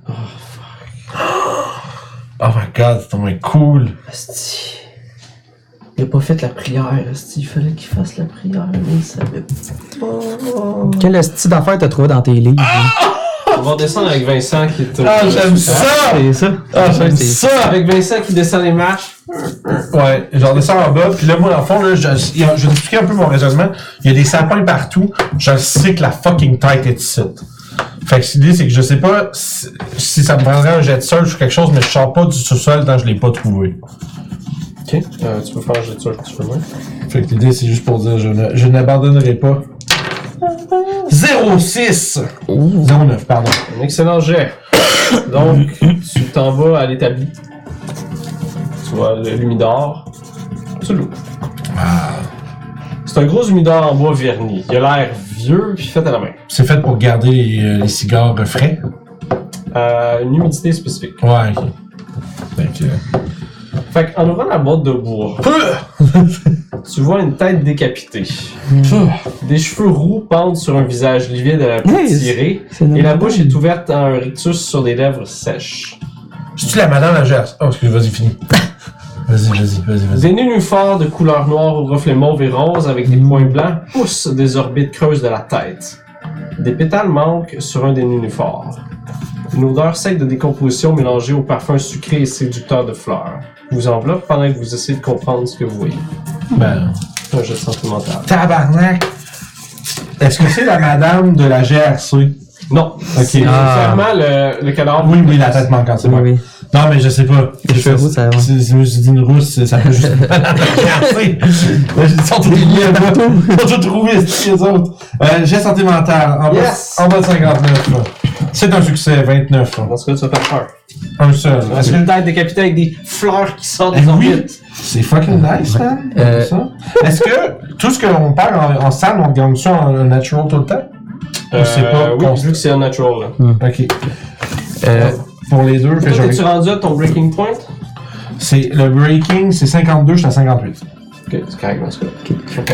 Speaker 2: Oh my god, c'est tellement cool.
Speaker 4: Asti. Il a pas fait la prière, Asti. Il fallait qu'il fasse la prière, mais il savait pas.
Speaker 3: Quel style d'affaires t'as trouvé dans tes livres? hein?
Speaker 1: On va descendre avec Vincent qui est. au-
Speaker 2: Ah, j'aime ça!
Speaker 3: c'est ça.
Speaker 2: Ah, j'aime
Speaker 3: C'est-
Speaker 2: ça!
Speaker 1: Avec Vincent qui descend les marches.
Speaker 2: Ouais, j'en descends en bas, puis là, moi, dans le fond, là, je, il y a- je vais t'expliquer un peu mon raisonnement. Il y a des sapins partout, je sais que la fucking tête est ici. Fait que l'idée, c'est que je sais pas si, si ça me prendrait un jet de search ou quelque chose, mais je sors pas du sous-sol tant que je l'ai pas trouvé.
Speaker 1: Ok. Euh, tu peux faire un jet de search, tu peux moi.
Speaker 2: Fait que l'idée, c'est juste pour dire, je, ne- je n'abandonnerai pas. 06! 09, pardon.
Speaker 1: Un excellent jet. Donc, tu t'en vas à l'établi. Tu vois le- l'humidor. Tu l'ouvres. C'est un gros humidor en bois verni. Il a l'air vieux puis fait à la main.
Speaker 2: C'est fait pour garder les, euh, les cigares euh, frais.
Speaker 1: Euh, une humidité spécifique.
Speaker 2: Ouais, ok. Fait que... euh,
Speaker 1: Fait qu'en ouvrant la boîte de bois, tu vois une tête décapitée. Hmm. Des cheveux roux pendent sur un visage livide euh, à la peau
Speaker 3: Nice.
Speaker 1: tirée.
Speaker 3: C'est
Speaker 1: Et
Speaker 3: normal.
Speaker 1: la bouche est ouverte à un rictus sur des lèvres sèches.
Speaker 2: C'est-tu la madame la gerce? Oh, excuse, vas-y, fini. Vas-y, vas-y, vas-y, vas-y.
Speaker 1: Des nénuphars de couleur noire aux reflets mauve et rose avec des points blancs poussent des orbites creuses de la tête. Des pétales manquent sur un des nénuphars. Une odeur sec de décomposition mélangée au parfum sucré et séducteur de fleurs vous enveloppe pendant que vous essayez de comprendre ce que vous voyez.
Speaker 2: Ben,
Speaker 1: Un geste sentimental.
Speaker 2: Tabarnak! Est-ce que c'est la madame de la GRC? Oui,
Speaker 1: Non, c'est
Speaker 3: Ah.
Speaker 1: clairement le, le cadavre.
Speaker 2: Ah oui, la tête manquante, c'est moi.
Speaker 3: Oui, oui.
Speaker 2: Non, mais je sais pas.
Speaker 3: Les cheveux roux, ça, ouais.
Speaker 2: Si si je me suis dit une rousse, c'est- ça peut juste être madame de la GRC. Ils sont tous liés partout. Ils sont tous roux, c'est les autres. Euh, J'ai santé mentale, en, bas-
Speaker 1: Yes!
Speaker 2: en bas de 59. là. C'est un succès, 29. là.
Speaker 1: Dans ce cas, tu vas faire peur.
Speaker 2: Un seul. Est-ce
Speaker 1: C'est
Speaker 2: que
Speaker 1: une tête décapitée avec des fleurs qui sortent
Speaker 2: Eh
Speaker 1: des
Speaker 2: oui.
Speaker 1: orbites.
Speaker 2: C'est fucking nice, hein?
Speaker 3: Euh,
Speaker 2: ça. Est-ce que tout ce qu'on perd en, en salle, on gagne ça en, en natural tout le temps? Je sais pas,
Speaker 1: Euh, oui,
Speaker 2: const-
Speaker 1: vu que c'est un natural. là.
Speaker 2: Ok.
Speaker 3: Euh,
Speaker 2: Pour les deux, fait que
Speaker 1: Toi,
Speaker 2: j'aurais-
Speaker 1: t'es-tu rendu à ton breaking point?
Speaker 2: c'est le breaking, c'est 52, je suis à 58.
Speaker 1: Ok, c'est correct dans ce cas.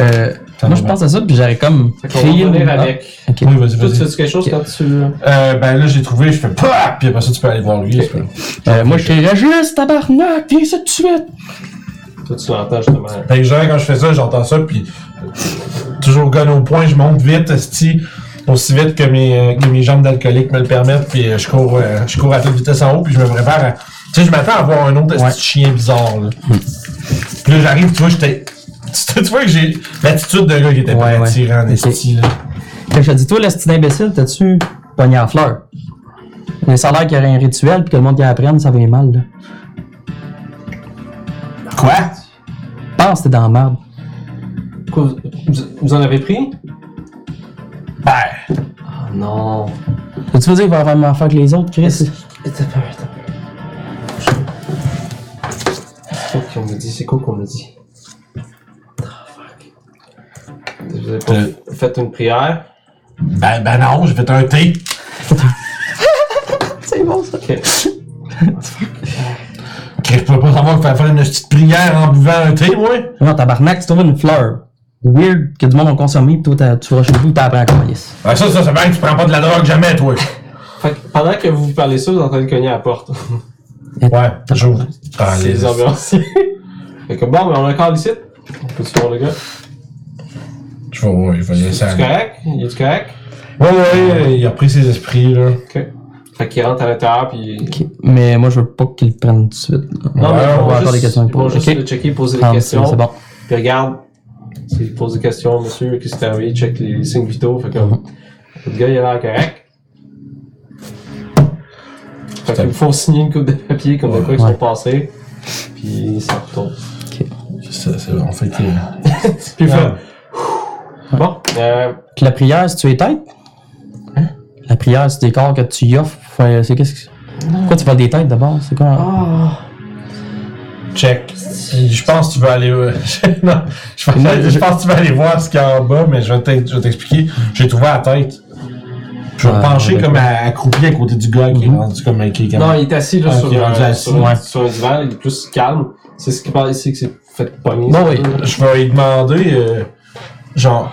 Speaker 3: euh,
Speaker 2: Ça
Speaker 3: moi,
Speaker 2: va
Speaker 3: je
Speaker 2: bien.
Speaker 3: pense à ça, puis j'aurais comme
Speaker 1: Fait qu'on va
Speaker 3: créé
Speaker 1: revenir
Speaker 3: une-
Speaker 1: avec.
Speaker 3: Ah, ok.
Speaker 2: Oui, vas-y,
Speaker 1: Toi, tu
Speaker 2: vas-y.
Speaker 1: fais quelque chose quand tu.
Speaker 2: Euh, ben là, j'ai trouvé, je fais PAH! Puis après ça, tu peux aller voir lui. c'est pas- Ah,
Speaker 3: Euh, moi, je crierais juste, tabarnak, viens ici tout de suite.
Speaker 1: Toi, tu l'entends justement.
Speaker 2: Fait que genre, quand je fais ça, j'entends ça, puis toujours gun au point, je monte vite, esti, aussi vite que mes, euh, que mes jambes d'alcoolique me le permettent, puis euh, je cours, euh, je cours à toute vitesse en haut, puis je me prépare à... Tu sais, je m'attends à voir un autre esti de chien bizarre, là. Puis là, j'arrive, tu vois, j'étais... Tu, tu vois que j'ai l'attitude d'un gars qui était
Speaker 3: Ouais,
Speaker 2: pas
Speaker 3: ouais.
Speaker 2: attirant,
Speaker 3: Ok.
Speaker 2: esti, là.
Speaker 3: Fait que je te dis, toi, le style imbécile, t'as-tu pogné en fleur? Mais ça a l'air qu'il y aurait un rituel, puis que le monde qui apprenne, ça vient mal, là.
Speaker 2: Quoi?
Speaker 3: Pense, que t'es dans la merde.
Speaker 1: Quoi, vous- vous, vous en avez pris?
Speaker 2: Ben,
Speaker 1: Ah non.
Speaker 3: Tu veux dire qu'il va avoir la même affaire que les autres, Chris?
Speaker 4: Et t'as peur, t'as peur.
Speaker 1: C'est quoi qu'on me dit? C'est quoi qu'on me dit? Vous avez pas
Speaker 2: Euh.
Speaker 1: fait une prière?
Speaker 2: ben, ben non, j'ai fait un thé.
Speaker 3: C'est bon, ça.
Speaker 1: Ok.
Speaker 2: Je peux pas savoir qu'il fallait faire une petite prière en buvant un thé, moi.
Speaker 3: Non, tabarnak, tu trouves une fleur. Weird que du monde a consommé, pis toi, t'as- tu vas chez vous, t'apprends à connaître.
Speaker 2: Ben ça, ça, ça paraît que tu prends pas de la drogue jamais, toi.
Speaker 1: Fait que pendant que vous parlez ça, vous êtes en train de cogner à la porte.
Speaker 2: Ouais, toujours. Ah,
Speaker 1: C'est
Speaker 2: les-
Speaker 1: les ambulanciers. fait que bon, mais on a encore ici. On peut-tu voir le gars?
Speaker 2: Je vais, ouais, je vais laisser
Speaker 1: C'est
Speaker 2: aller.
Speaker 1: correct? Il est correct?
Speaker 2: Ouais, ouais, il a pris ses esprits, là.
Speaker 1: Ok. Fait qu'il rentre à l'intérieur, puis.
Speaker 3: Ok, Mais moi, je veux pas qu'ils le prennent tout de suite. là.
Speaker 1: Non, mais
Speaker 2: Ouais, on
Speaker 1: on
Speaker 3: va
Speaker 1: va
Speaker 3: encore
Speaker 1: juste,
Speaker 3: des questions
Speaker 1: ils vont
Speaker 3: pour-
Speaker 1: juste
Speaker 3: ok.
Speaker 1: le checker, poser des
Speaker 3: Ah, C'est
Speaker 1: questions.
Speaker 3: c'est bon.
Speaker 1: Puis regarde, s'il pose des questions, monsieur, qu'est-ce qui t'est arrivé, check les, les signes vitaux. Fait que
Speaker 3: Mm-hmm.
Speaker 1: le gars, il a l'air correct. Fait qu'ils me font signer une coupe de papier comme de quoi ils
Speaker 3: Ouais.
Speaker 1: sont passés. Puis ça retourne.
Speaker 2: C'est c'est- en fait euh, que.
Speaker 1: Puis il fait,
Speaker 2: Ouais.
Speaker 1: Bon, euh,
Speaker 3: Puis la prière, si tu es tête? Hein? La prière, c'est des corps que tu y offres. Fait- C'est qu'est-ce que. Pourquoi tu parles des têtes d'abord? C'est quoi?
Speaker 2: Check. Je pense que tu vas aller. euh, non, je pense, je pense que tu vas aller voir ce qu'il y a en bas, mais je vais t'ex- je vais t'expliquer. J'ai trouvé la tête. Je vais me
Speaker 3: Ah,
Speaker 2: pencher
Speaker 3: d'accord.
Speaker 2: comme à- accroupi à côté du gars qui est
Speaker 3: Mhm.
Speaker 2: rendu comme un qui est
Speaker 1: Non,
Speaker 2: comme-
Speaker 1: il est assis là,
Speaker 2: Ah,
Speaker 1: sur,
Speaker 2: ok, rendu
Speaker 1: euh,
Speaker 2: assis,
Speaker 1: sur,
Speaker 2: ouais.
Speaker 1: sur un divan, il est plus calme. C'est ce qui parle ici que c'est fait pogner.
Speaker 3: Bon,
Speaker 1: ça.
Speaker 3: oui.
Speaker 2: Je vais lui demander, euh, genre,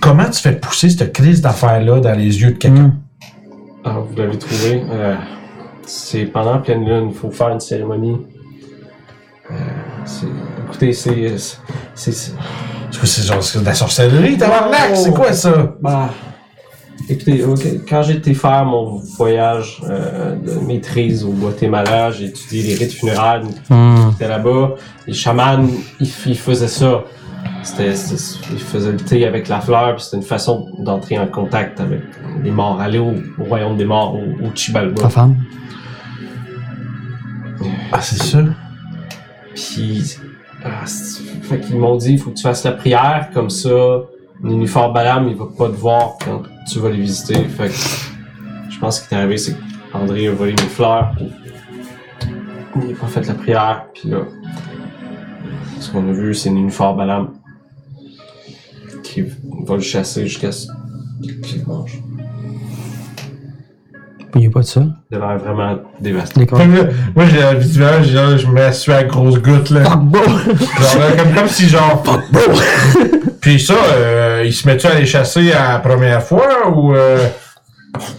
Speaker 2: comment tu fais pousser cette crise d'affaires-là dans les yeux de quelqu'un?
Speaker 3: Hum.
Speaker 1: Ah, vous l'avez trouvé. euh, c'est pendant la pleine lune, il faut faire une cérémonie. Euh, c'est- écoutez, c'est. c'est- c'est-
Speaker 2: Est-ce que c'est genre c'est de la sorcellerie, tabarnak?
Speaker 1: Oh!
Speaker 2: C'est quoi ça?
Speaker 1: Bah. Écoutez, ok, quand j'ai été faire mon voyage euh, de maîtrise au Guatemala, j'ai étudié les rites funéraires d'une
Speaker 3: Hum.
Speaker 1: J'étais là-bas, les chamans, ils, f- ils faisaient ça. C'était, c'était- ils faisaient le thé avec la fleur, puis c'était une façon d'entrer en contact avec les morts, aller au, au royaume des morts, au, au Chibalba.
Speaker 3: Ta femme.
Speaker 2: Ah, c'est ça?
Speaker 1: Puis, ah, c'est- fait qu'ils m'ont dit, il faut que tu fasses la prière, comme ça, l'uniforme Balam, il va pas te voir quand tu vas les visiter. Fait que, je pense qu'il est arrivé, c'est qu'André a volé mes fleurs, puis il a pas fait la prière, puis là, ce qu'on a vu, c'est l'uniforme Balam qui va le chasser jusqu'à ce qu'il le mange.
Speaker 3: Il n'y a pas de ça.
Speaker 1: Il a l'air vraiment dévasté.
Speaker 3: Des
Speaker 2: Fait que là, Moi, j'ai un visuel, j'ai genre, je me mets sur la grosse goutte, là. Genre, là, comme, comme si, genre, Puis ça, euh, ils se mettent-tu à les chasser à la première fois ou. Euh...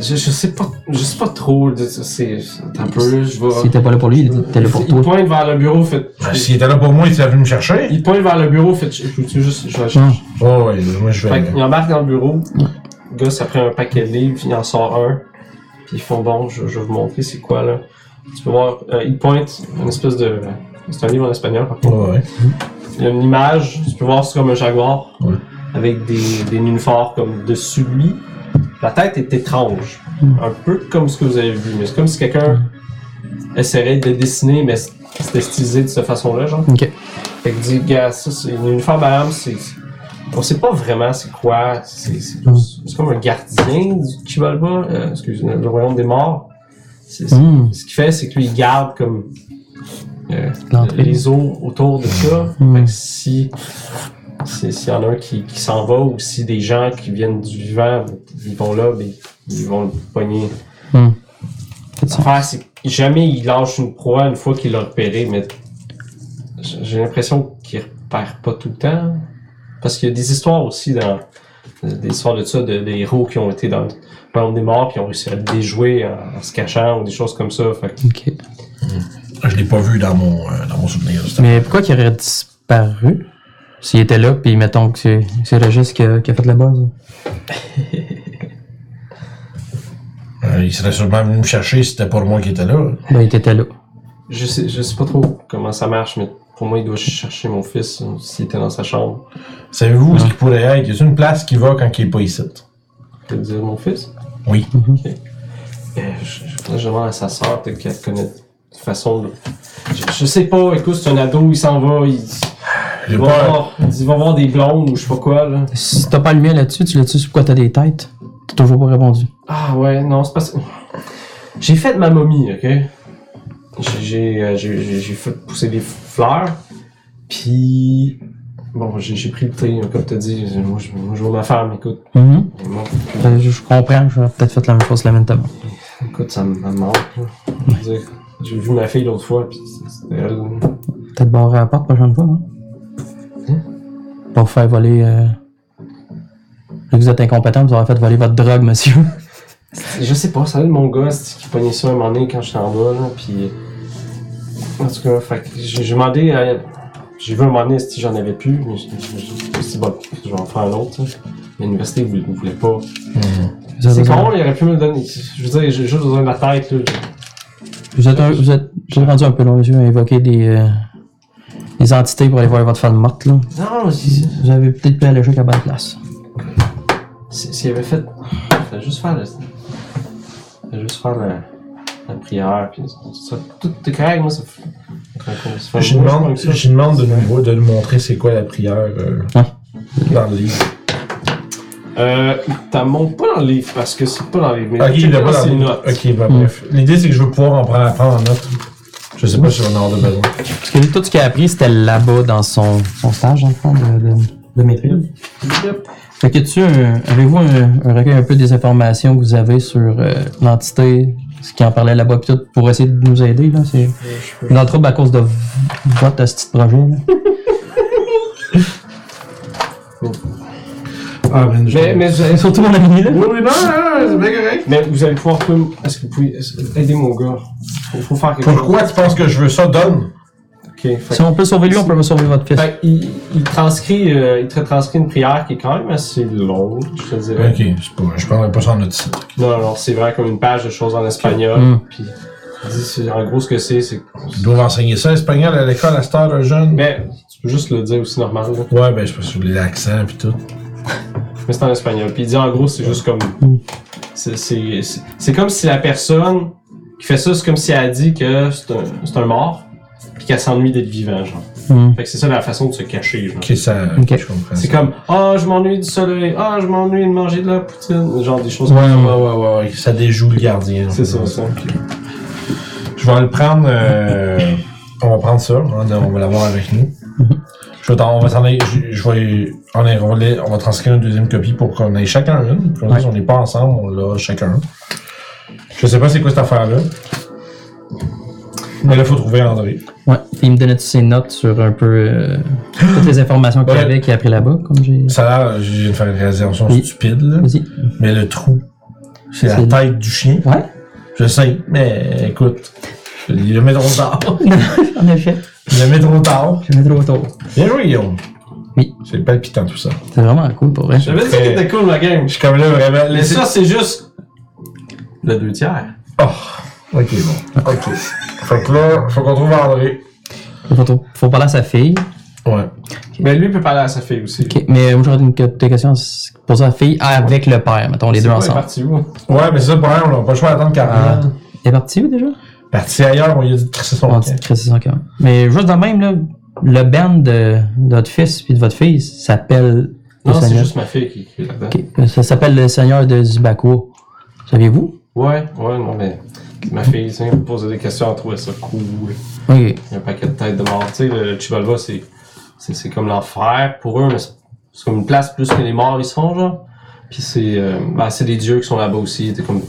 Speaker 1: Je, je sais pas, je sais pas trop, c'est, c'est un peu, je vais...
Speaker 3: S'il était pas là pour lui, il était là pour
Speaker 1: il
Speaker 3: toi.
Speaker 1: pointe vers le bureau, fait...
Speaker 2: ben, S'ils étaient là pour moi, ils étaient venus me chercher?
Speaker 1: Il pointe vers le bureau, fait je peux juste. Je, je,
Speaker 3: Hum.
Speaker 2: Oh, ouais, moi, je vais.
Speaker 1: fait qu'il embarque dans le bureau. Le gars, ça prend un paquet de livres, il en sort un. Puis ils font bon, je, je vais vous montrer c'est quoi là. Tu peux voir, euh, il pointe une espèce de. C'est un livre en espagnol par contre.
Speaker 2: Ouais, Oh, ouais.
Speaker 1: Il y a une image, tu peux voir c'est comme un jaguar.
Speaker 2: Ouais.
Speaker 1: Avec des, des nénuphars comme dessus de lui. La tête est étrange.
Speaker 3: Mm.
Speaker 1: Un peu comme ce que vous avez vu, mais c'est comme si quelqu'un essaierait de le dessiner, mais c'était stylisé de cette façon-là, genre.
Speaker 3: Ok.
Speaker 1: Fait que dit, gars, ça, c'est une uniforme à âme, c'est. On sait pas vraiment c'est quoi. C'est c'est-
Speaker 3: Mm.
Speaker 1: c'est comme un gardien du Kibalba, euh, excuse, le royaume des morts. C'est- c'est-
Speaker 3: Hum.
Speaker 1: Ce qu'il fait, c'est qu'il garde comme. euh,
Speaker 3: L'entrée.
Speaker 1: les eaux autour de ça.
Speaker 3: Mm.
Speaker 1: Fait que si. si- S'il y en a un qui, qui s'en va ou si des gens qui viennent du vivant, ils vont là, ben, ils vont le pogner.
Speaker 3: Mm.
Speaker 1: L'affaire, c'est que jamais il lâche une proie une fois qu'il l'a repéré, mais j- j'ai l'impression qu'il repère pas tout le temps. Parce qu'il y a des histoires aussi dans. Des histoires de ça, de, des héros qui ont été dans le monde des morts, qui ont réussi à le déjouer en, en se cachant ou des choses comme ça. Fait que
Speaker 3: Ok.
Speaker 2: Je l'ai pas vu dans mon, euh, dans mon souvenir. c'était-
Speaker 3: Mais pourquoi qu'il aurait disparu s'il était là, puis mettons que c'est c'est Régis qui a, qui a fait la base?
Speaker 2: Euh, ils seraient sûrement venus me chercher si c'était pas moi qui étais là.
Speaker 3: Ben, il était là.
Speaker 1: Je sais, je sais pas trop comment ça marche, mais pour moi, il doit chercher mon fils euh, s'il était dans sa chambre.
Speaker 2: Savez-vous où est-ce
Speaker 3: Ouais.
Speaker 2: qu'il pourrait être? Y a une place qui va quand il est pas ici?
Speaker 1: Tu veux dire mon fils?
Speaker 2: Oui.
Speaker 1: Euh, je, je, faudrait que je demande à sa soeur, peut-être qu'elle connaît de façon de... Je, je sais pas, écoute, c'est un ado, il s'en va, il,
Speaker 2: J'ai
Speaker 1: il, va
Speaker 2: pas-
Speaker 1: voir, il va voir des blondes ou je sais pas quoi, là.
Speaker 3: Si t'as pas le mien là-dessus, tu l'as-tu sur quoi t'as des têtes? T'as toujours pas répondu.
Speaker 1: Ah ouais, non, c'est parce que... J'ai fait ma momie, ok? J'ai- J'ai euh, j'ai- j'ai- j'ai fait pousser des fleurs, puis... Bon, j'ai j'ai pris le thé, hein, comme t'as dit, moi je, moi je vois ma femme, écoute. Et moi,
Speaker 3: Ben, je, je comprends, j'aurais peut-être fait la même chose la même table.
Speaker 1: Écoute, ça me ça me manque. là. Je veux dire, J'ai vu ma fille l'autre fois, puis c'était elle.
Speaker 3: Peut-être barrer la porte la prochaine fois, hein?
Speaker 1: Hein?
Speaker 3: Pour faire voler. Euh... Vu que vous êtes incompétent, vous aurez fait voler votre drogue, monsieur.
Speaker 1: Je sais pas, ça allait de mon gars c'est qui pognait ça un moment donné quand j'étais en bas, là, puis... En tout cas, fait que j'ai j'ai demandé à... J'ai vu un moment donné si j'en avais plus, mais je me suis dit, bon, je vais en faire un autre, ça. L'université voulait, voulait pas.
Speaker 2: Mhm.
Speaker 3: Vous êtes,
Speaker 1: C'est
Speaker 3: un-
Speaker 1: con, il aurait pu me le donner. Je veux dire, j'ai juste besoin de la tête, là.
Speaker 3: vous êtes, un- vous êtes vous êtes rendu un peu long, monsieur, à évoquer des, euh, des entités pour aller voir votre femme morte, là.
Speaker 1: Non, j'ai-
Speaker 3: Vous avez peut-être pu aller jouer à la bonne place.
Speaker 1: Si- S'il avait fait. Fallait juste faire le. Fallait juste faire la, la prière, puis ça, tout est correct, moi, ça fait. ça fait
Speaker 2: Je
Speaker 1: moins
Speaker 2: demande,
Speaker 1: que ça.
Speaker 2: je demande de, nous, de nous montrer c'est quoi la prière euh,
Speaker 3: Ouais.
Speaker 2: dans le livre.
Speaker 1: Euh, t'en montes pas dans le livre, parce que c'est pas dans les
Speaker 2: Ok, il l'a pas dans
Speaker 1: les
Speaker 2: le
Speaker 1: notes.
Speaker 2: Ok, bah,
Speaker 3: Mm.
Speaker 2: bref. L'idée c'est que je veux pouvoir en prendre, prendre en note. Je sais pas si j'en aurai besoin.
Speaker 3: Parce que lui, tout ce qu'il a appris, c'était là-bas dans son, son stage, dans le fond, de, de, de maîtrise.
Speaker 1: Yep.
Speaker 3: Fait que tu euh, avez-vous un, un recueil un peu des informations que vous avez sur euh, l'entité, ce qui en parlait là-bas, pis tout, pour essayer de nous aider, là? C'est
Speaker 4: Je peux-
Speaker 3: dans le trouble à cause de v- votre petit projet, là.
Speaker 2: Ah, man, je-
Speaker 1: Mais, mais vous allez-
Speaker 3: Surtout mon ami, là.
Speaker 1: Oui, oui, non, non, non, c'est bien correct. Mais vous allez pouvoir trouver. Est-ce que vous pouvez est-ce que- aider mon gars Faut, faut faire quelque chose.
Speaker 2: Pourquoi tu penses que je veux ça, donne?
Speaker 1: Ok, fait
Speaker 3: Si on peut sauver lui, on peut sauver votre fils.
Speaker 1: Fait qu'il- il transcrit, euh, il tra- transcrit une prière qui est quand même assez longue, je te dirais.
Speaker 2: Ok, c'est pas, je parlerai pas ça en notre site.
Speaker 1: Non, non, c'est vraiment comme une page de choses en espagnol.
Speaker 3: Mm.
Speaker 1: Puis, il dit, c'est- en gros, ce que c'est, c'est.
Speaker 2: Ils doivent enseigner ça espagnol à l'école à cette heure, jeune.
Speaker 1: Mais tu peux juste le dire aussi normal, là.
Speaker 2: Ouais, ben, je sais pas si vous voulez l'accent pis tout.
Speaker 1: Mais c'est en espagnol. Puis il dit, en gros, c'est juste comme.
Speaker 3: Mm.
Speaker 1: c'est- C'est c'est- c'est comme si la personne qui fait ça, c'est comme si elle a dit que c'est un, c'est un mort, puis qu'elle s'ennuie d'être vivant, genre.
Speaker 3: Hmm.
Speaker 1: Fait que c'est ça la façon de se cacher, genre.
Speaker 2: Ok, ça,
Speaker 3: Ok.
Speaker 2: je comprends.
Speaker 1: C'est
Speaker 2: ça.
Speaker 1: comme, ah, je m'ennuie du soleil, ah, je m'ennuie de manger de la poutine, genre des choses comme
Speaker 2: Ouais, ouais, ouais, ouais, ouais, ça déjoue le gardien.
Speaker 1: C'est ça, ça.
Speaker 2: Je vais le prendre. euh, on va prendre ça. hein, on va l'avoir avec nous. Je vais t'en- on va s'en aller- je, je vais, on, est- on va les- on va transcrire une deuxième copie pour qu'on ait chacun une. Comme ça, si on n'est pas ensemble, on l'a chacun. Je sais pas c'est quoi cette affaire-là. Mais là, faut trouver André.
Speaker 3: Ouais. Il me donnait toutes ses notes sur un peu euh, toutes les informations qu'il
Speaker 2: Ouais.
Speaker 3: avait qu'il a appris là-bas, comme j'ai.
Speaker 2: Ça a l'air, j'ai une réalisation
Speaker 3: Oui.
Speaker 2: stupide, là.
Speaker 3: Vas-y.
Speaker 2: Mais le trou, c'est la
Speaker 3: C'est-
Speaker 2: tête du chien.
Speaker 3: Ouais.
Speaker 2: Je sais, mais écoute, ils le mettront tard.
Speaker 3: en effet.
Speaker 2: Ils le mettront tard.
Speaker 3: Je vais mettre autour.
Speaker 2: Bien joué, Guillaume.
Speaker 3: Oui.
Speaker 2: C'est palpitant tout ça.
Speaker 3: C'est vraiment cool pour vrai.
Speaker 1: J'avais dit que
Speaker 2: Très-
Speaker 1: c'était cool, la game.
Speaker 2: Je suis comme là vraiment.
Speaker 1: Mais
Speaker 2: Laissez
Speaker 1: ça, c'est juste. Le deux tiers.
Speaker 2: Oh, ok, bon. Ok. Fait que là, faut qu'on trouve André.
Speaker 3: Faut, faut parler à sa fille.
Speaker 2: Ouais.
Speaker 1: Mais lui peut parler à sa fille aussi.
Speaker 3: Ok, Mais moi, j'aurais une que- des questions pour sa fille avec le père, mettons, les
Speaker 1: C'est
Speaker 3: deux
Speaker 1: pas
Speaker 3: ensemble.
Speaker 1: parti où?
Speaker 2: Ouais, mais c'est ça, le problème, on n'a pas le choix d'attendre
Speaker 3: Ah.
Speaker 2: 40 ans.
Speaker 3: Il est parti où déjà? Ah,
Speaker 2: Parti ailleurs, on lui a dit de crisser son
Speaker 3: On
Speaker 2: camp.
Speaker 3: dit de crisser son camp. Mais juste de même, là, le band de, de votre fils et de votre fille s'appelle. le
Speaker 1: Non, c'est
Speaker 3: Seigneur-
Speaker 1: juste ma fille qui qui est là-dedans.
Speaker 3: Ok, euh, Ça s'appelle le Seigneur de Zubakuo. Saviez-vous?
Speaker 1: Ouais, ouais, non, mais. Ma fille, tu sais, elle me posait des questions, elle trouvait ça cool.
Speaker 3: Ok.
Speaker 1: Il y a un paquet de têtes de mort. Tu sais, le Chivalva, c'est. C'est c'est comme l'enfer pour eux, mais c'est c'est comme une place plus que les morts, ils sont, genre. Puis c'est. euh, ben, c'est des dieux qui sont là-bas aussi. T'as comme.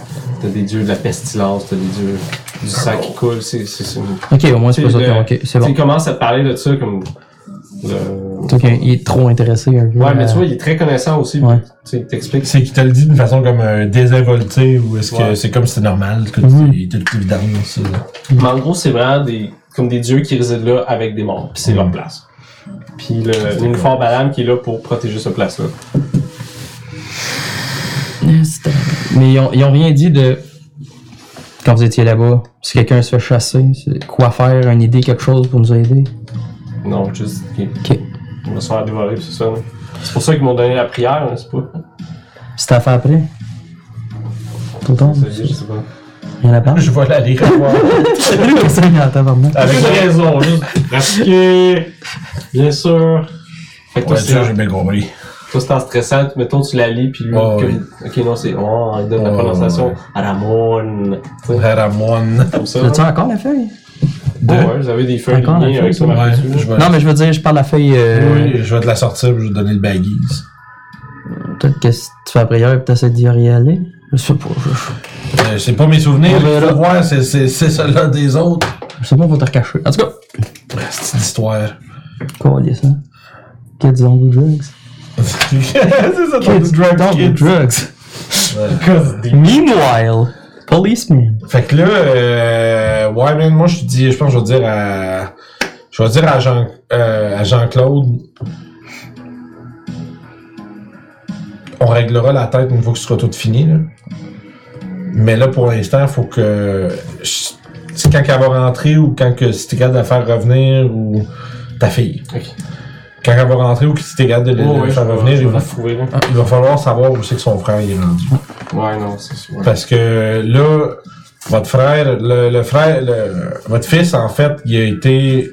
Speaker 1: T'as des dieux de la pestilence, t'as des dieux du sang qui coule. C'est. c'est- c'est-
Speaker 3: Ok, au moins, c'est pas
Speaker 1: C'est
Speaker 3: ça.
Speaker 1: le-
Speaker 3: Ok, c'est
Speaker 1: Tu sais,
Speaker 3: bon.
Speaker 1: il commence à te parler de ça comme. le-
Speaker 3: Ok, il est trop intéressé un peu. euh,
Speaker 1: Ouais, mais
Speaker 3: à-
Speaker 1: tu vois, il est très connaissant aussi.
Speaker 3: Ouais.
Speaker 1: Tu sais, il t'explique.
Speaker 2: C'est qu'il te le dit d'une façon comme euh, désinvoltée ou est-ce que
Speaker 1: Ouais.
Speaker 2: c'est comme si c'était normal, que
Speaker 3: Mhm.
Speaker 2: il était tout évident, ça.
Speaker 1: Mais en gros, c'est vraiment des, comme des dieux qui résident là avec des morts. Puis c'est leur place. Puis le l'uniforme Balam qui est là pour protéger ce place-là.
Speaker 3: C'était- Mais ils ont, ils ont rien dit de. Quand vous étiez là-bas, si quelqu'un se fait chasser, c'est quoi faire, une idée, quelque chose pour nous aider.
Speaker 1: Non, juste. qu'ils
Speaker 3: Ok.
Speaker 1: Ils vont se faire dévorer, puis c'est ça. là. C'est pour ça qu'ils m'ont donné la prière, hein, c'est pas.
Speaker 3: C'était à faire après. Tout le temps,
Speaker 1: Ça, Je sais pas.
Speaker 3: rien à part.
Speaker 2: Je vais l'aller revoir.
Speaker 3: Seigneur, tabarnak.
Speaker 1: Avec
Speaker 2: Avec
Speaker 1: raison, juste. Pratiquer. Bien sûr. Fait que toi,
Speaker 2: Ouais,
Speaker 1: c'est
Speaker 2: ça, j'ai bien compris.
Speaker 1: toi, c'est en stressant, tu- mettons, tu la lis, puis lui,
Speaker 2: Ouais,
Speaker 1: comme- Ok, non, c'est. Oh, il donne la
Speaker 2: Ouais,
Speaker 1: prononciation. Aramon. Tu sais,
Speaker 2: Ramon.
Speaker 1: comme ça. Oh,
Speaker 3: As-tu encore la feuille?
Speaker 2: De-
Speaker 1: Ouais, vous avez des feuilles
Speaker 3: Encore la
Speaker 1: lignées avec
Speaker 3: feuille,
Speaker 1: ça
Speaker 2: Ouais,
Speaker 1: marqué
Speaker 2: je
Speaker 1: dessus.
Speaker 2: vais,
Speaker 3: Non, mais je veux dire, je parle de la feuille. euh,
Speaker 2: oui, je vais te la sortir puis je vais te donner le baggy.
Speaker 3: Peut-être que si tu fais la prière, peut-être ça d'y aller. Je sais pas. Je,
Speaker 2: Euh, c'est pas mes souvenirs,
Speaker 3: On verra.
Speaker 2: je voir, c'est, c'est, c'est celle-là des autres.
Speaker 3: je sais pas, on va te recacher. En tout cas,
Speaker 2: C'est une histoire.
Speaker 3: quoi, on dit ça? Kids on do drugs.
Speaker 2: c'est ça, ton drug
Speaker 3: don't do
Speaker 2: kid.
Speaker 3: drugs.
Speaker 2: Ouais.
Speaker 3: Meanwhile, policeman.
Speaker 2: Fait que là, euh, ouais, man, moi, je dis, je pense que je vais dire à, je vais dire à Jean, euh, à Jean-Claude, on réglera la tête une fois que ce sera tout fini, là. Mais là, pour l'instant, faut que, je- c'est quand qu'elle va rentrer ou quand que, si t'es capable de la faire revenir ou ta fille.
Speaker 1: Ok.
Speaker 2: Quand elle va rentrer ou que si t'es capable de, le- de
Speaker 1: Ouais,
Speaker 2: la
Speaker 1: ouais, Oh, je
Speaker 2: faire
Speaker 1: vais-
Speaker 2: revenir,
Speaker 1: je
Speaker 2: il
Speaker 1: vais la
Speaker 2: va,
Speaker 1: trouver, là.
Speaker 2: il va falloir savoir où c'est que son frère il est rendu.
Speaker 1: Ouais, non, c'est sûr.
Speaker 2: Parce que là, votre frère, le, le frère, le- votre fils, en fait, il a été,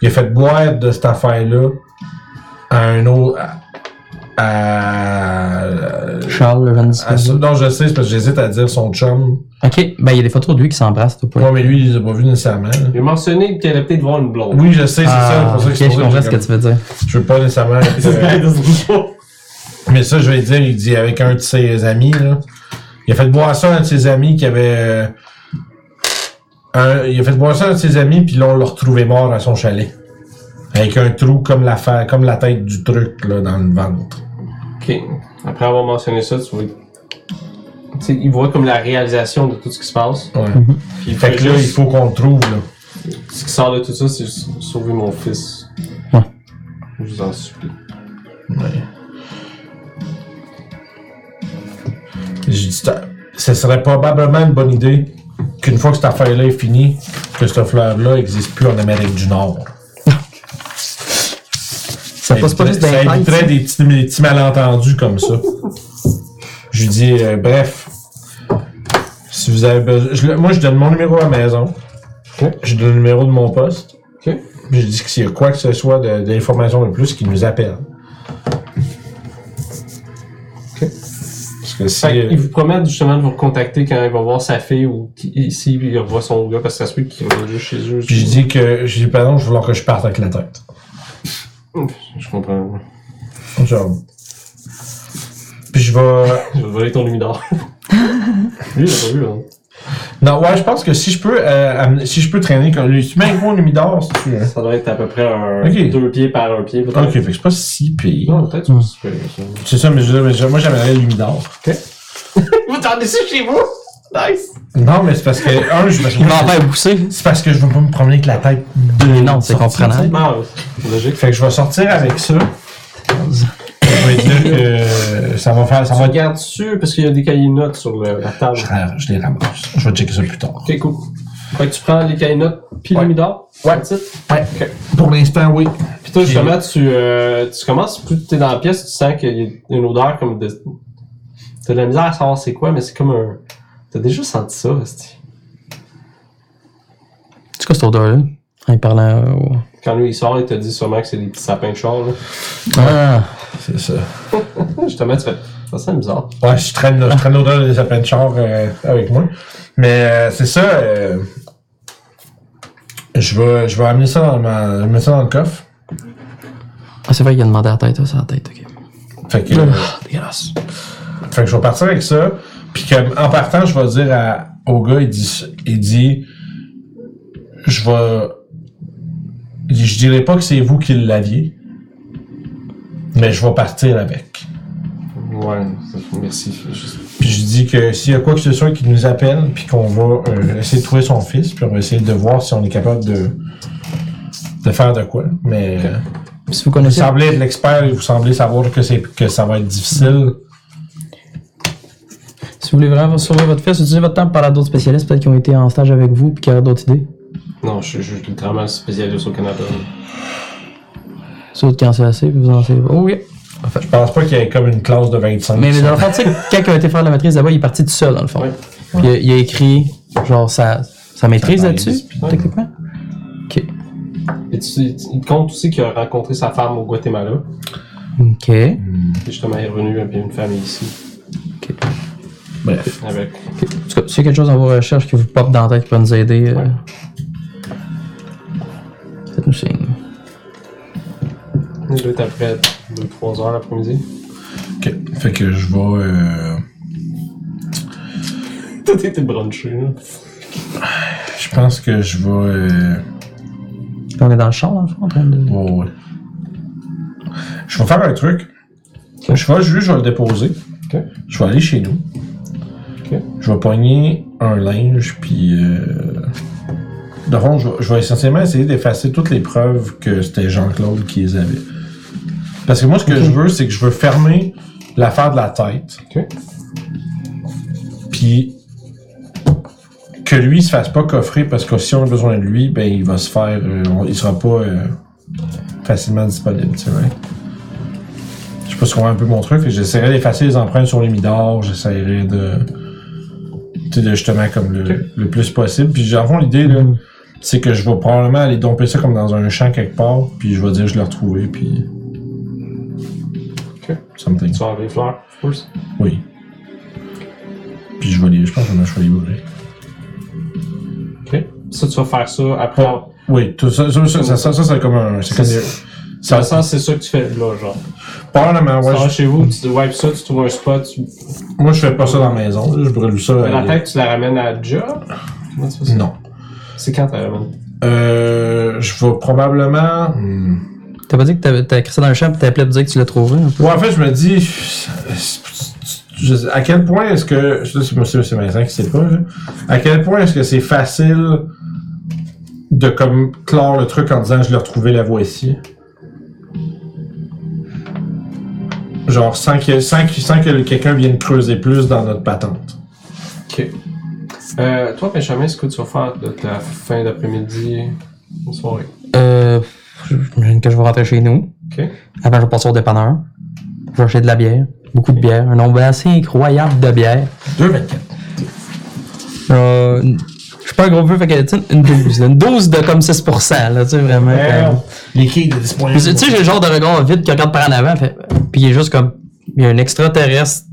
Speaker 2: il a fait boire de cette affaire-là à un autre, à, à-
Speaker 3: Charles, le jeune
Speaker 2: à-
Speaker 3: disciple.
Speaker 2: non, je sais, c'est parce que j'hésite à dire son chum.
Speaker 3: Ok, ben il y a des photos de lui qui s'embrassent, t'as
Speaker 2: Moi,
Speaker 3: pas.
Speaker 2: mais lui, il les a pas vus nécessairement. là.
Speaker 1: Il a mentionné qu'il allait peut-être voir une blonde.
Speaker 2: Oui, je sais, c'est ça, c'est
Speaker 3: Ah,
Speaker 2: pour ça que
Speaker 3: ok,
Speaker 2: c'est
Speaker 3: je
Speaker 2: pour ça
Speaker 3: comprends
Speaker 2: que
Speaker 3: ce
Speaker 2: j'ai
Speaker 3: que tu veux dire.
Speaker 2: comme- je veux pas nécessairement être,
Speaker 1: Ce
Speaker 2: euh,
Speaker 1: gars, il doesn't know.
Speaker 2: Mais ça, je vais dire, il dit avec un de ses amis, là. Il a fait boire ça à un de ses amis qui avait. euh, un- il a fait boire ça à un de ses amis, puis là, on l'a retrouvé mort à son chalet. Avec un trou comme la, fa- comme la tête du truc, là, dans le ventre.
Speaker 1: Ok. Après avoir mentionné ça, tu vois. Tu sais, il voit comme la réalisation de tout ce qui se passe.
Speaker 2: Ouais.
Speaker 1: Puis il
Speaker 2: Fait que là, il
Speaker 1: juste-
Speaker 2: faut qu'on le trouve, là.
Speaker 1: Ce qui sort de tout ça, c'est juste sauver mon fils.
Speaker 3: Ouais.
Speaker 1: Je vous en supplie.
Speaker 2: J'ai dit, ça- ce serait probablement une bonne idée qu'une fois que cette affaire-là est finie, que cette fleur-là n'existe plus en Amérique du Nord.
Speaker 4: Ça passe pas
Speaker 2: éviterait-
Speaker 4: juste dans
Speaker 2: ça
Speaker 4: les têtes,
Speaker 2: éviterait
Speaker 4: ça.
Speaker 2: des petits, des petits malentendus comme ça. je lui dis, euh, bref, si vous avez besoin. je le- moi, je donne mon numéro à la maison.
Speaker 1: Ok.
Speaker 2: Je donne le numéro de mon poste.
Speaker 1: Ok.
Speaker 2: Puis je dis que s'il y a quoi que ce soit de- d'information de, plus, qu'il nous appelle. Parce que si.
Speaker 1: Fait
Speaker 2: euh,
Speaker 1: qu'ils vous promettent justement de vous contacter quand il va voir sa fille ou qui- ici, il revoit son gars parce que ça se peut qu'il revient juste chez eux.
Speaker 2: Puis je dis que. Je dis, pardon, je veux que je parte avec la tête.
Speaker 1: Je comprends.
Speaker 2: Genre. Puis je vais.
Speaker 1: Je vais te voler ton lumidor. Lui, il l'a pas vu, hein.
Speaker 2: Non, ouais, je pense que si je peux, euh, amener- si je peux traîner comme lui, tu mets un gros humidor si tu veux.
Speaker 1: Ça doit être à peu près un...
Speaker 2: Ok.
Speaker 1: deux pieds par un pied. peut-être.
Speaker 2: Ok, fait que c'est pas si pire.
Speaker 1: Non, peut-être que c'est super, ça.
Speaker 2: C'est ça, mais, je, mais je- moi j'aimerais l'humidor.
Speaker 1: Vous tendez ça chez vous? Nice!
Speaker 2: Non, mais c'est parce que, un, je parce que-
Speaker 3: Il m'en fait pousser.
Speaker 2: c'est parce que je veux pas me promener avec la tête de.
Speaker 3: Non, c'est
Speaker 2: sortie,
Speaker 3: comprenable.
Speaker 2: tu
Speaker 1: Non, logique.
Speaker 2: sais. Fait que je vais sortir avec ça. Je vais dire que ça va faire. Ça
Speaker 1: Tu
Speaker 2: va...
Speaker 1: regardes dessus parce qu'il y a des cahiers de notes sur le- la table.
Speaker 2: Je, ra- je les ramasse. Je vais checker ça plus tard.
Speaker 1: Ok, cool. Fait que tu prends les cahiers de notes pis
Speaker 2: Ouais.
Speaker 1: le midor.
Speaker 2: Ouais.
Speaker 1: that's it.
Speaker 2: Ouais.
Speaker 1: Ok.
Speaker 2: Pour l'instant, oui.
Speaker 1: Puis toi,
Speaker 2: Puis-
Speaker 1: justement, tu, euh, tu commences, plus tu es dans la pièce, tu sens qu'il y a une odeur comme de. T'as de la misère à savoir c'est quoi, mais c'est comme un. T'as déjà senti ça, Asti.
Speaker 3: C'est quoi cette odeur-là? En y parlant. euh, au-
Speaker 1: Quand lui il sort, il te dit sûrement que c'est des petits sapins de char, là.
Speaker 3: Ah!
Speaker 2: C'est ça.
Speaker 1: Justement, tu fais. Ça sent bizarre.
Speaker 2: Ouais, je traîne, je traîne l'odeur des sapins de char euh, avec moi. Mais euh, c'est ça. euh, je, vais, je vais amener ça dans, ma, je mets ça dans le coffre.
Speaker 3: Ah, c'est vrai qu'il a demandé à la tête, ça, à la tête, ok.
Speaker 2: Fait que, euh,
Speaker 3: Ah, dégueulasse.
Speaker 2: fait que je vais partir avec ça. Puis comme, en partant, je vais dire à, au gars, il dit, il dit je vais. il dit, Je dirais pas que c'est vous qui l'aviez, mais je vais partir avec.
Speaker 1: Ouais, merci. Juste...
Speaker 2: Puis je dis que s'il y a quoi que ce soit qui nous appelle, puis qu'on va euh, essayer de trouver son fils, puis on va essayer de voir si on est capable de, de faire de quoi. Mais euh,
Speaker 3: Si
Speaker 2: vous
Speaker 3: vous connaissez.
Speaker 2: semblez être l'expert et vous semblez savoir que c'est que ça va être difficile.
Speaker 3: Si vous voulez vraiment sauver votre fils, utilisez votre temps pour parler à d'autres spécialistes, peut-être qui ont été en stage avec vous puis qui auraient d'autres idées.
Speaker 1: Non, je suis juste littéralement spécialiste au Canada.
Speaker 3: Ceux autres qui en savent assez, puis vous en savez. Oh, oui.
Speaker 2: Je pense pas qu'il y ait comme une classe de 25.
Speaker 3: Mais,
Speaker 2: qui
Speaker 3: mais
Speaker 2: sont-
Speaker 3: dans le fond, tu sais, quand il a été faire la maîtrise là-bas, il est parti tout seul, dans le fond.
Speaker 1: Ouais.
Speaker 3: Puis, euh, il a écrit, genre, sa, sa maîtrise
Speaker 2: Ça
Speaker 3: là-dessus,
Speaker 2: paraît, puis-
Speaker 3: techniquement. Ok.
Speaker 1: Et tu, tu- il compte aussi qu'il a rencontré sa femme au Guatemala.
Speaker 3: Ok.
Speaker 1: Et justement, il est revenu avec une famille ici.
Speaker 2: Bref.
Speaker 1: Avec.
Speaker 3: En tout cas, s'il y a quelque chose dans vos recherches qui vous pop dans la tête qui va nous aider, euh,
Speaker 1: Ouais.
Speaker 3: faites-nous signe.
Speaker 1: Il doit être après 2-3 heures l'après-midi.
Speaker 2: Ok. Fait que je vais. euh,
Speaker 1: Tout était brunché, là.
Speaker 2: je pense que je vais. euh,
Speaker 3: On est dans le champ, dans le fond, en train de.
Speaker 2: Ouais, ouais. Je vais faire un truc. Je vais juste, je vais le déposer.
Speaker 1: Ok.
Speaker 2: Je vais aller chez nous.
Speaker 1: Ok.
Speaker 2: Je vais pogner un linge, puis. Euh... De fond, je vais, je vais essentiellement essayer d'effacer toutes les preuves que c'était Jean-Claude qui les avait. Parce que moi, ce que je veux, c'est que je veux fermer l'affaire de la tête.
Speaker 1: Ok.
Speaker 2: Puis. Que lui se fasse pas coffrer parce que si on a besoin de lui, ben il va se faire. euh, on- il sera pas euh, facilement disponible, tu sais, right? Je sais pas si on voit un peu mon truc, fait que j'essaierai d'effacer les empreintes sur les midors, j'essaierai de. Tu sais, de justement comme le, le plus possible. Puis en fond, l'idée là, c'est que je vais probablement aller domper ça comme dans un champ quelque part, puis je vais dire je l'ai retrouvé, puis.
Speaker 1: Ok.
Speaker 2: Something.
Speaker 1: Tu vas enlever les fleurs, of course.
Speaker 2: Oui. Puis je vais les. Je pense que je vais les brûler.
Speaker 1: Ok. Ça, tu vas faire ça après.
Speaker 2: Oui, tout ça, ça, ça, ça, ça, ça, c'est comme un. C'est
Speaker 1: Ça,
Speaker 2: comme.
Speaker 1: c'est-
Speaker 2: Ça,
Speaker 1: Dans le sens, c'est ça que tu fais là, genre.
Speaker 2: Probablement,
Speaker 1: Tu
Speaker 2: ouais.
Speaker 1: t'en vas
Speaker 2: je-
Speaker 1: chez vous, tu wipes ça, tu trouves un spot, tu
Speaker 2: Moi, je fais pas ça dans la maison. là, Je brûle ça.
Speaker 1: Mais la
Speaker 2: euh,
Speaker 1: tête, tu la ramènes à job? Comment tu fais ça?
Speaker 2: Non.
Speaker 1: C'est quand tu la ramènes?
Speaker 2: Euh, je vais probablement. hmm.
Speaker 3: T'as pas dit que t'avais- t'avais écrit ça dans un champ pis t'appelais pour dire que tu l'as trouvé? hein?
Speaker 2: Ouais, en fait, je me dis. je sais- à quel point est-ce que. ça, C'est monsieur, c'est Vincent qui sait pas, là. À quel point est-ce que c'est facile de comme clore le truc en disant je l'ai retrouvé, la voici. Genre sans que, sans que, sans que quelqu'un vienne creuser plus dans notre patente.
Speaker 1: Ok. Euh, toi, Benjamin, ce que tu vas faire de ta fin d'après-midi ou soirée?
Speaker 3: Euh, j'imagine que je vais rentrer chez nous.
Speaker 1: Ok.
Speaker 3: Avant, je vais passer au dépanneur. Je vais acheter de la bière. Beaucoup de bière. Un nombre assez incroyable de bière.
Speaker 2: 2,24.
Speaker 3: Euh, je suis pas un gros peu, fait que, tu sais, une dose. là. Une dose de comme 6%, là, tu sais, vraiment. comme-
Speaker 2: Les kills de 10 points.
Speaker 3: Puis, tu sais, j'ai le genre de regard vide qui regarde par en avant, fait- puis il est juste comme, il y a un extraterrestre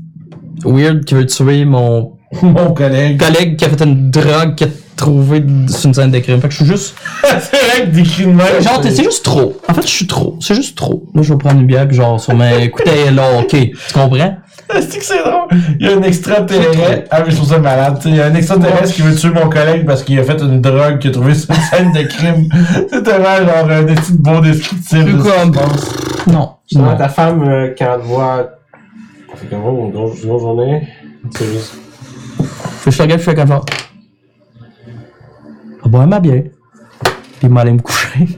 Speaker 3: weird qui veut tuer mon
Speaker 2: Mon collègue.
Speaker 3: collègue qui a fait une drogue qui a trouvé sur une scène de crime. Fait que je suis juste,
Speaker 2: c'est vrai que des cris de même.
Speaker 3: genre, c'est juste trop. En fait, je suis trop. C'est juste trop. Là, je vais prendre une bière, puis genre, sur ma écoutez, là, ok, tu comprends?
Speaker 2: C'est que c'est drôle. Il y a un extraterrestre. Ah, mais je trouve ça malade. tu sais. Il y a un extraterrestre qui veut tuer mon collègue parce qu'il a fait une drogue qu'il a trouvé sur une scène de crime. C'est tellement genre un petit beau descriptif.
Speaker 3: C'est
Speaker 2: de ce qui
Speaker 3: comme-
Speaker 2: se passe.
Speaker 3: Non.
Speaker 1: Finalement,
Speaker 3: non.
Speaker 1: ta femme, euh, quand elle te voit. Elle fait comme oh, une grosse, une grosse journée. C'est juste.
Speaker 3: Fait que je te regarde, je fais comme genre, je vais boire Ah ma bière, puis m'aller me coucher.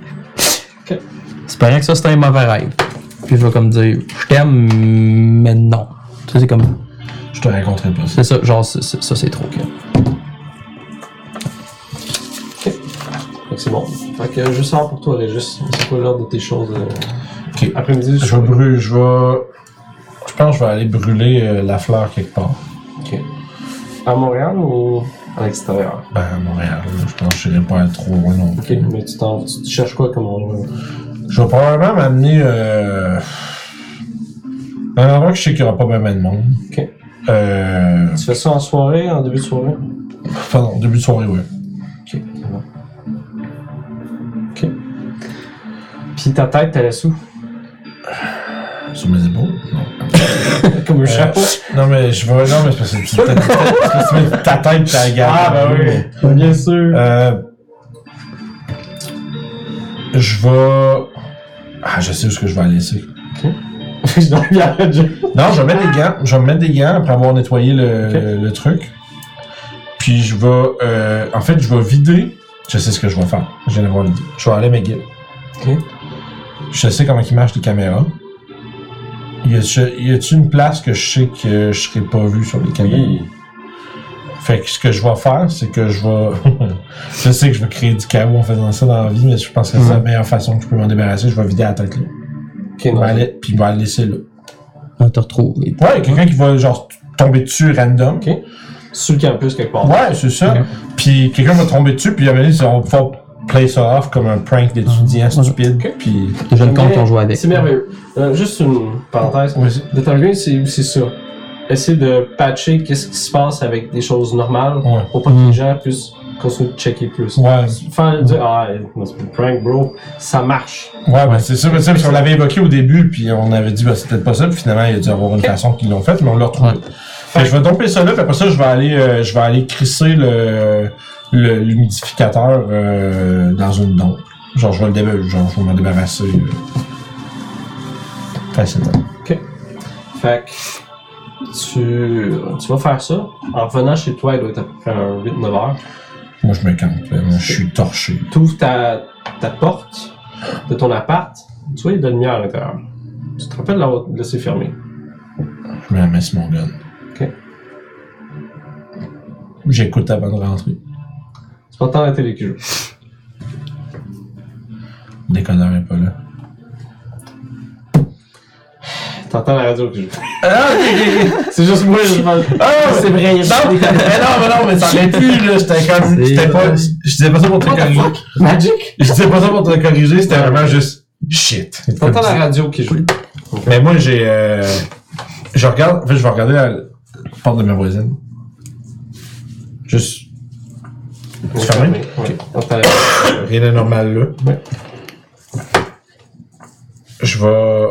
Speaker 1: Ok.
Speaker 3: C'est pas rien que ça, c'était un mauvais rêve. Puis je vais comme dire, je t'aime, mais non. Tu sais, c'est comme.
Speaker 2: Je te raconterai pas ça.
Speaker 3: C'est ça, genre, c'est- c'est- ça, c'est trop cool.
Speaker 1: Fait que c'est bon. Fait que euh, je sors pour toi, Régis. C'est quoi l'ordre de tes choses? euh,
Speaker 2: Ok.
Speaker 1: Après-midi,
Speaker 2: Ah, Je vais brûler. Je vais. Je pense que je vais aller brûler euh, la fleur quelque part.
Speaker 1: Ok. À Montréal ou à l'extérieur?
Speaker 2: Ben, à Montréal. là, Je pense que je n'irai pas être trop loin non
Speaker 1: Ok,
Speaker 2: plus.
Speaker 1: mais tu, t'en, tu, tu cherches quoi comme endroit?
Speaker 2: Je vais probablement m'amener euh, à un endroit que je sais qu'il n'y aura pas bien de monde.
Speaker 1: Ok.
Speaker 2: Euh,
Speaker 1: Tu fais ça en soirée, en début de soirée?
Speaker 2: pardon, début de soirée, ouais.
Speaker 1: Ok, c'est bon. Ok. Puis ta tête, t'as la sous?
Speaker 2: Sur mes épaules. Non.
Speaker 1: Comme un
Speaker 2: Euh, non, mais je vais. Non, mais c'est parce que tu, t'as- c'est parce que tu mets ta tête et ta garde.
Speaker 1: Ah, bah oui. Bien sûr.
Speaker 2: Euh, je vais. Ah, je sais où est-ce que je vais aller, c'est.
Speaker 1: Je dois bien arrêter.
Speaker 2: Non, je vais mettre des gants. Je vais me mettre des gants après avoir nettoyé le,
Speaker 1: Ok.
Speaker 2: le, le truc. Puis je vais. euh, en fait, je vais vider. Je sais ce que je vais faire. Je viens d'avoir l'idée. Je vais aller à mes guides.
Speaker 1: Ok.
Speaker 2: Je sais comment ils marchent les caméras. Y a- y a-tu une place que je sais que je serai pas vu sur les caméras? Fait que ce que je vais faire, c'est que je vais. je sais que je vais créer du chaos en faisant ça dans la vie, mais je pense que
Speaker 1: Mhm.
Speaker 2: c'est la meilleure façon que je peux m'en débarrasser. Je vais vider la tête là.
Speaker 1: Ok,
Speaker 2: Je
Speaker 1: non.
Speaker 2: vais aller- Puis je vais la laisser là.
Speaker 3: On te retrouve. et-
Speaker 2: Ouais, quelqu'un qui va genre t- tomber dessus random.
Speaker 1: Ok. Sur le campus quelque part.
Speaker 2: Ouais, c'est ça.
Speaker 3: Ok.
Speaker 2: Puis quelqu'un va tomber dessus, puis à un moment donné, on va pouvoir play ça off comme un prank d'étudiant stupide.
Speaker 1: Ok.
Speaker 2: Puis.
Speaker 3: Les jeunes comptes
Speaker 1: Mais
Speaker 3: qui ont joué avec.
Speaker 1: C'est merveilleux. Euh, juste une parenthèse.
Speaker 2: Vas-y.
Speaker 1: Le target, c'est c'est ça. Essayer de patcher qu'est-ce qui se passe avec des choses normales
Speaker 2: Ouais.
Speaker 1: pour pas que les gens puissent continuer de checker plus.
Speaker 2: Ouais,
Speaker 1: Faire dire, ah, non, c'est une prank, bro, ça marche.
Speaker 2: ouais, ben, c'est ça, mais ça, parce qu'on l'avait évoqué au début, puis on avait dit, bah, c'est peut-être pas ça, puis finalement, il y a dû avoir une façon qu'ils l'ont faite, mais on l'a retrouvé.
Speaker 3: Ouais.
Speaker 2: Fait que je vais domper ça là, puis après ça, je vais aller, euh, je vais aller crisser le, le l'humidificateur euh, dans une dompe. Genre, je vais le déba- genre, je vais m'en débarrasser euh, facilement.
Speaker 1: Fait que tu, tu vas faire ça. En revenant chez toi, il doit être à peu près un 8-9 heures.
Speaker 2: Moi, je me campe, là. Moi, je suis torché.
Speaker 1: Tu ouvres ta, ta porte de ton appart. Tu vois, il y a de la lumière à l'intérieur. Tu te rappelles de l'avoir laissé fermée.
Speaker 2: Je me la mets sur mon gun.
Speaker 1: Ok.
Speaker 2: J'écoute avant de rentrer.
Speaker 1: Tu entends la télé qui joue.
Speaker 2: Le décodeur n'est pas là.
Speaker 1: T'entends la radio qui joue.
Speaker 3: Ah!
Speaker 1: c'est juste moi, je parle.
Speaker 2: Ah,
Speaker 1: c'est vrai, il
Speaker 2: Non, mais non, mais non, mais ça aurait pu, là. C'était comme.
Speaker 3: C'est-
Speaker 2: C'était pas. Je disais pas ça pour te corriger.
Speaker 1: Magic!
Speaker 2: Je disais pas ça pour te corriger, c'était vraiment juste. Shit.
Speaker 1: T'entends la radio qui joue.
Speaker 2: Mais moi, j'ai. euh, Je regarde. En fait, je vais regarder la porte de ma voisine. Juste. C'est fermé?
Speaker 1: Ouais. T'entends la-
Speaker 2: Rien d'anormal là.
Speaker 1: Ouais.
Speaker 2: Je vais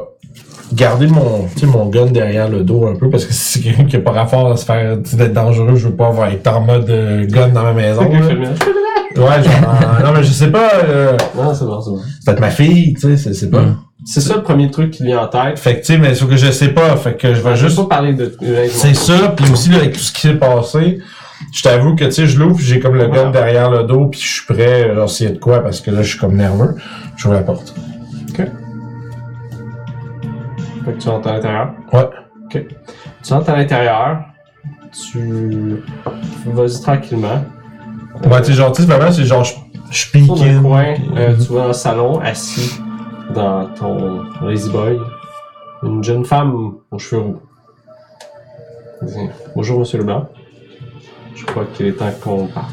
Speaker 2: garder mon, tu sais, mon gun derrière le dos un peu parce que si c'est quelqu'un qui a pas rapport à se faire tu sais, d'être dangereux, je veux pas avoir- être en mode euh, gun dans ma maison.
Speaker 1: Quelqu'un
Speaker 2: là.
Speaker 1: fait le ménage.
Speaker 2: Ouais, genre, euh, non mais je sais pas, euh,
Speaker 1: Non, c'est bon, c'est bon.
Speaker 2: c'est peut-être ma fille, tu sais, c'est- c'est pas.
Speaker 3: Mm.
Speaker 1: C'est ça le premier truc qui vient en tête.
Speaker 2: Fait que tu sais, mais sauf que je sais pas, fait que je vais
Speaker 1: Je veux
Speaker 2: juste
Speaker 1: pas parler de.
Speaker 2: C'est ça, puis aussi là, avec tout ce qui s'est passé, je t'avoue que tu sais, je l'ouvre, puis j'ai comme le gun
Speaker 1: Ouais.
Speaker 2: derrière le dos, puis je suis prêt, euh, genre s'il y a de quoi, parce que là je suis comme nerveux, j'ouvre la porte.
Speaker 1: Fait que tu rentres à l'intérieur.
Speaker 2: Ouais.
Speaker 1: Ok. Tu rentres à l'intérieur. Tu. Vas-y tranquillement.
Speaker 2: Ouais, tu sais, genre, tu sais, vraiment, c'est genre je, je pique.
Speaker 1: Sur le
Speaker 2: in.
Speaker 1: coin, euh, tu vois dans le salon, assis dans ton Lazy Boy, une jeune femme aux cheveux roux. Elle dit, Bonjour, monsieur Leblanc. Je crois qu'il est temps qu'on parle.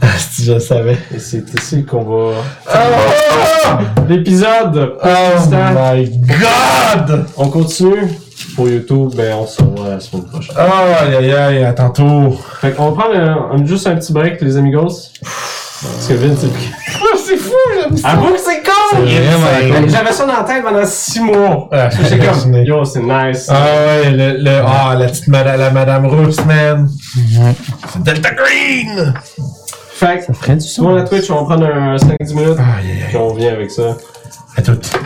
Speaker 2: Ah, si je le savais.
Speaker 1: Et c'est ici qu'on va.
Speaker 2: Ah!
Speaker 1: L'épisode!
Speaker 2: Oh
Speaker 1: Stan.
Speaker 2: my god!
Speaker 1: On continue pour YouTube, ben on se revoit la semaine prochaine.
Speaker 2: Oh, aïe aïe aïe, à tantôt.
Speaker 1: Fait qu'on va prendre un- un- juste un petit break, les amigos. Parce que Vince, c'est pris.
Speaker 2: Ah, c'est fou, j'aime ça.
Speaker 1: Avoue que c'est con!
Speaker 2: vraiment
Speaker 1: Mais J'avais ça dans la tête pendant 6 mois.
Speaker 2: Ah,
Speaker 1: J'étais comme,
Speaker 2: halluciné.
Speaker 1: yo, c'est nice.
Speaker 2: Ah ouais, le, le, ah, la petite madame, la madame Rousse, man. C'est Delta Green!
Speaker 1: Fait que,
Speaker 3: Ferait du
Speaker 1: sur la Twitch, on va prendre un 5-10 minutes,
Speaker 2: Aïe aïe aïe.
Speaker 1: puis on revient avec ça.
Speaker 2: À toutes.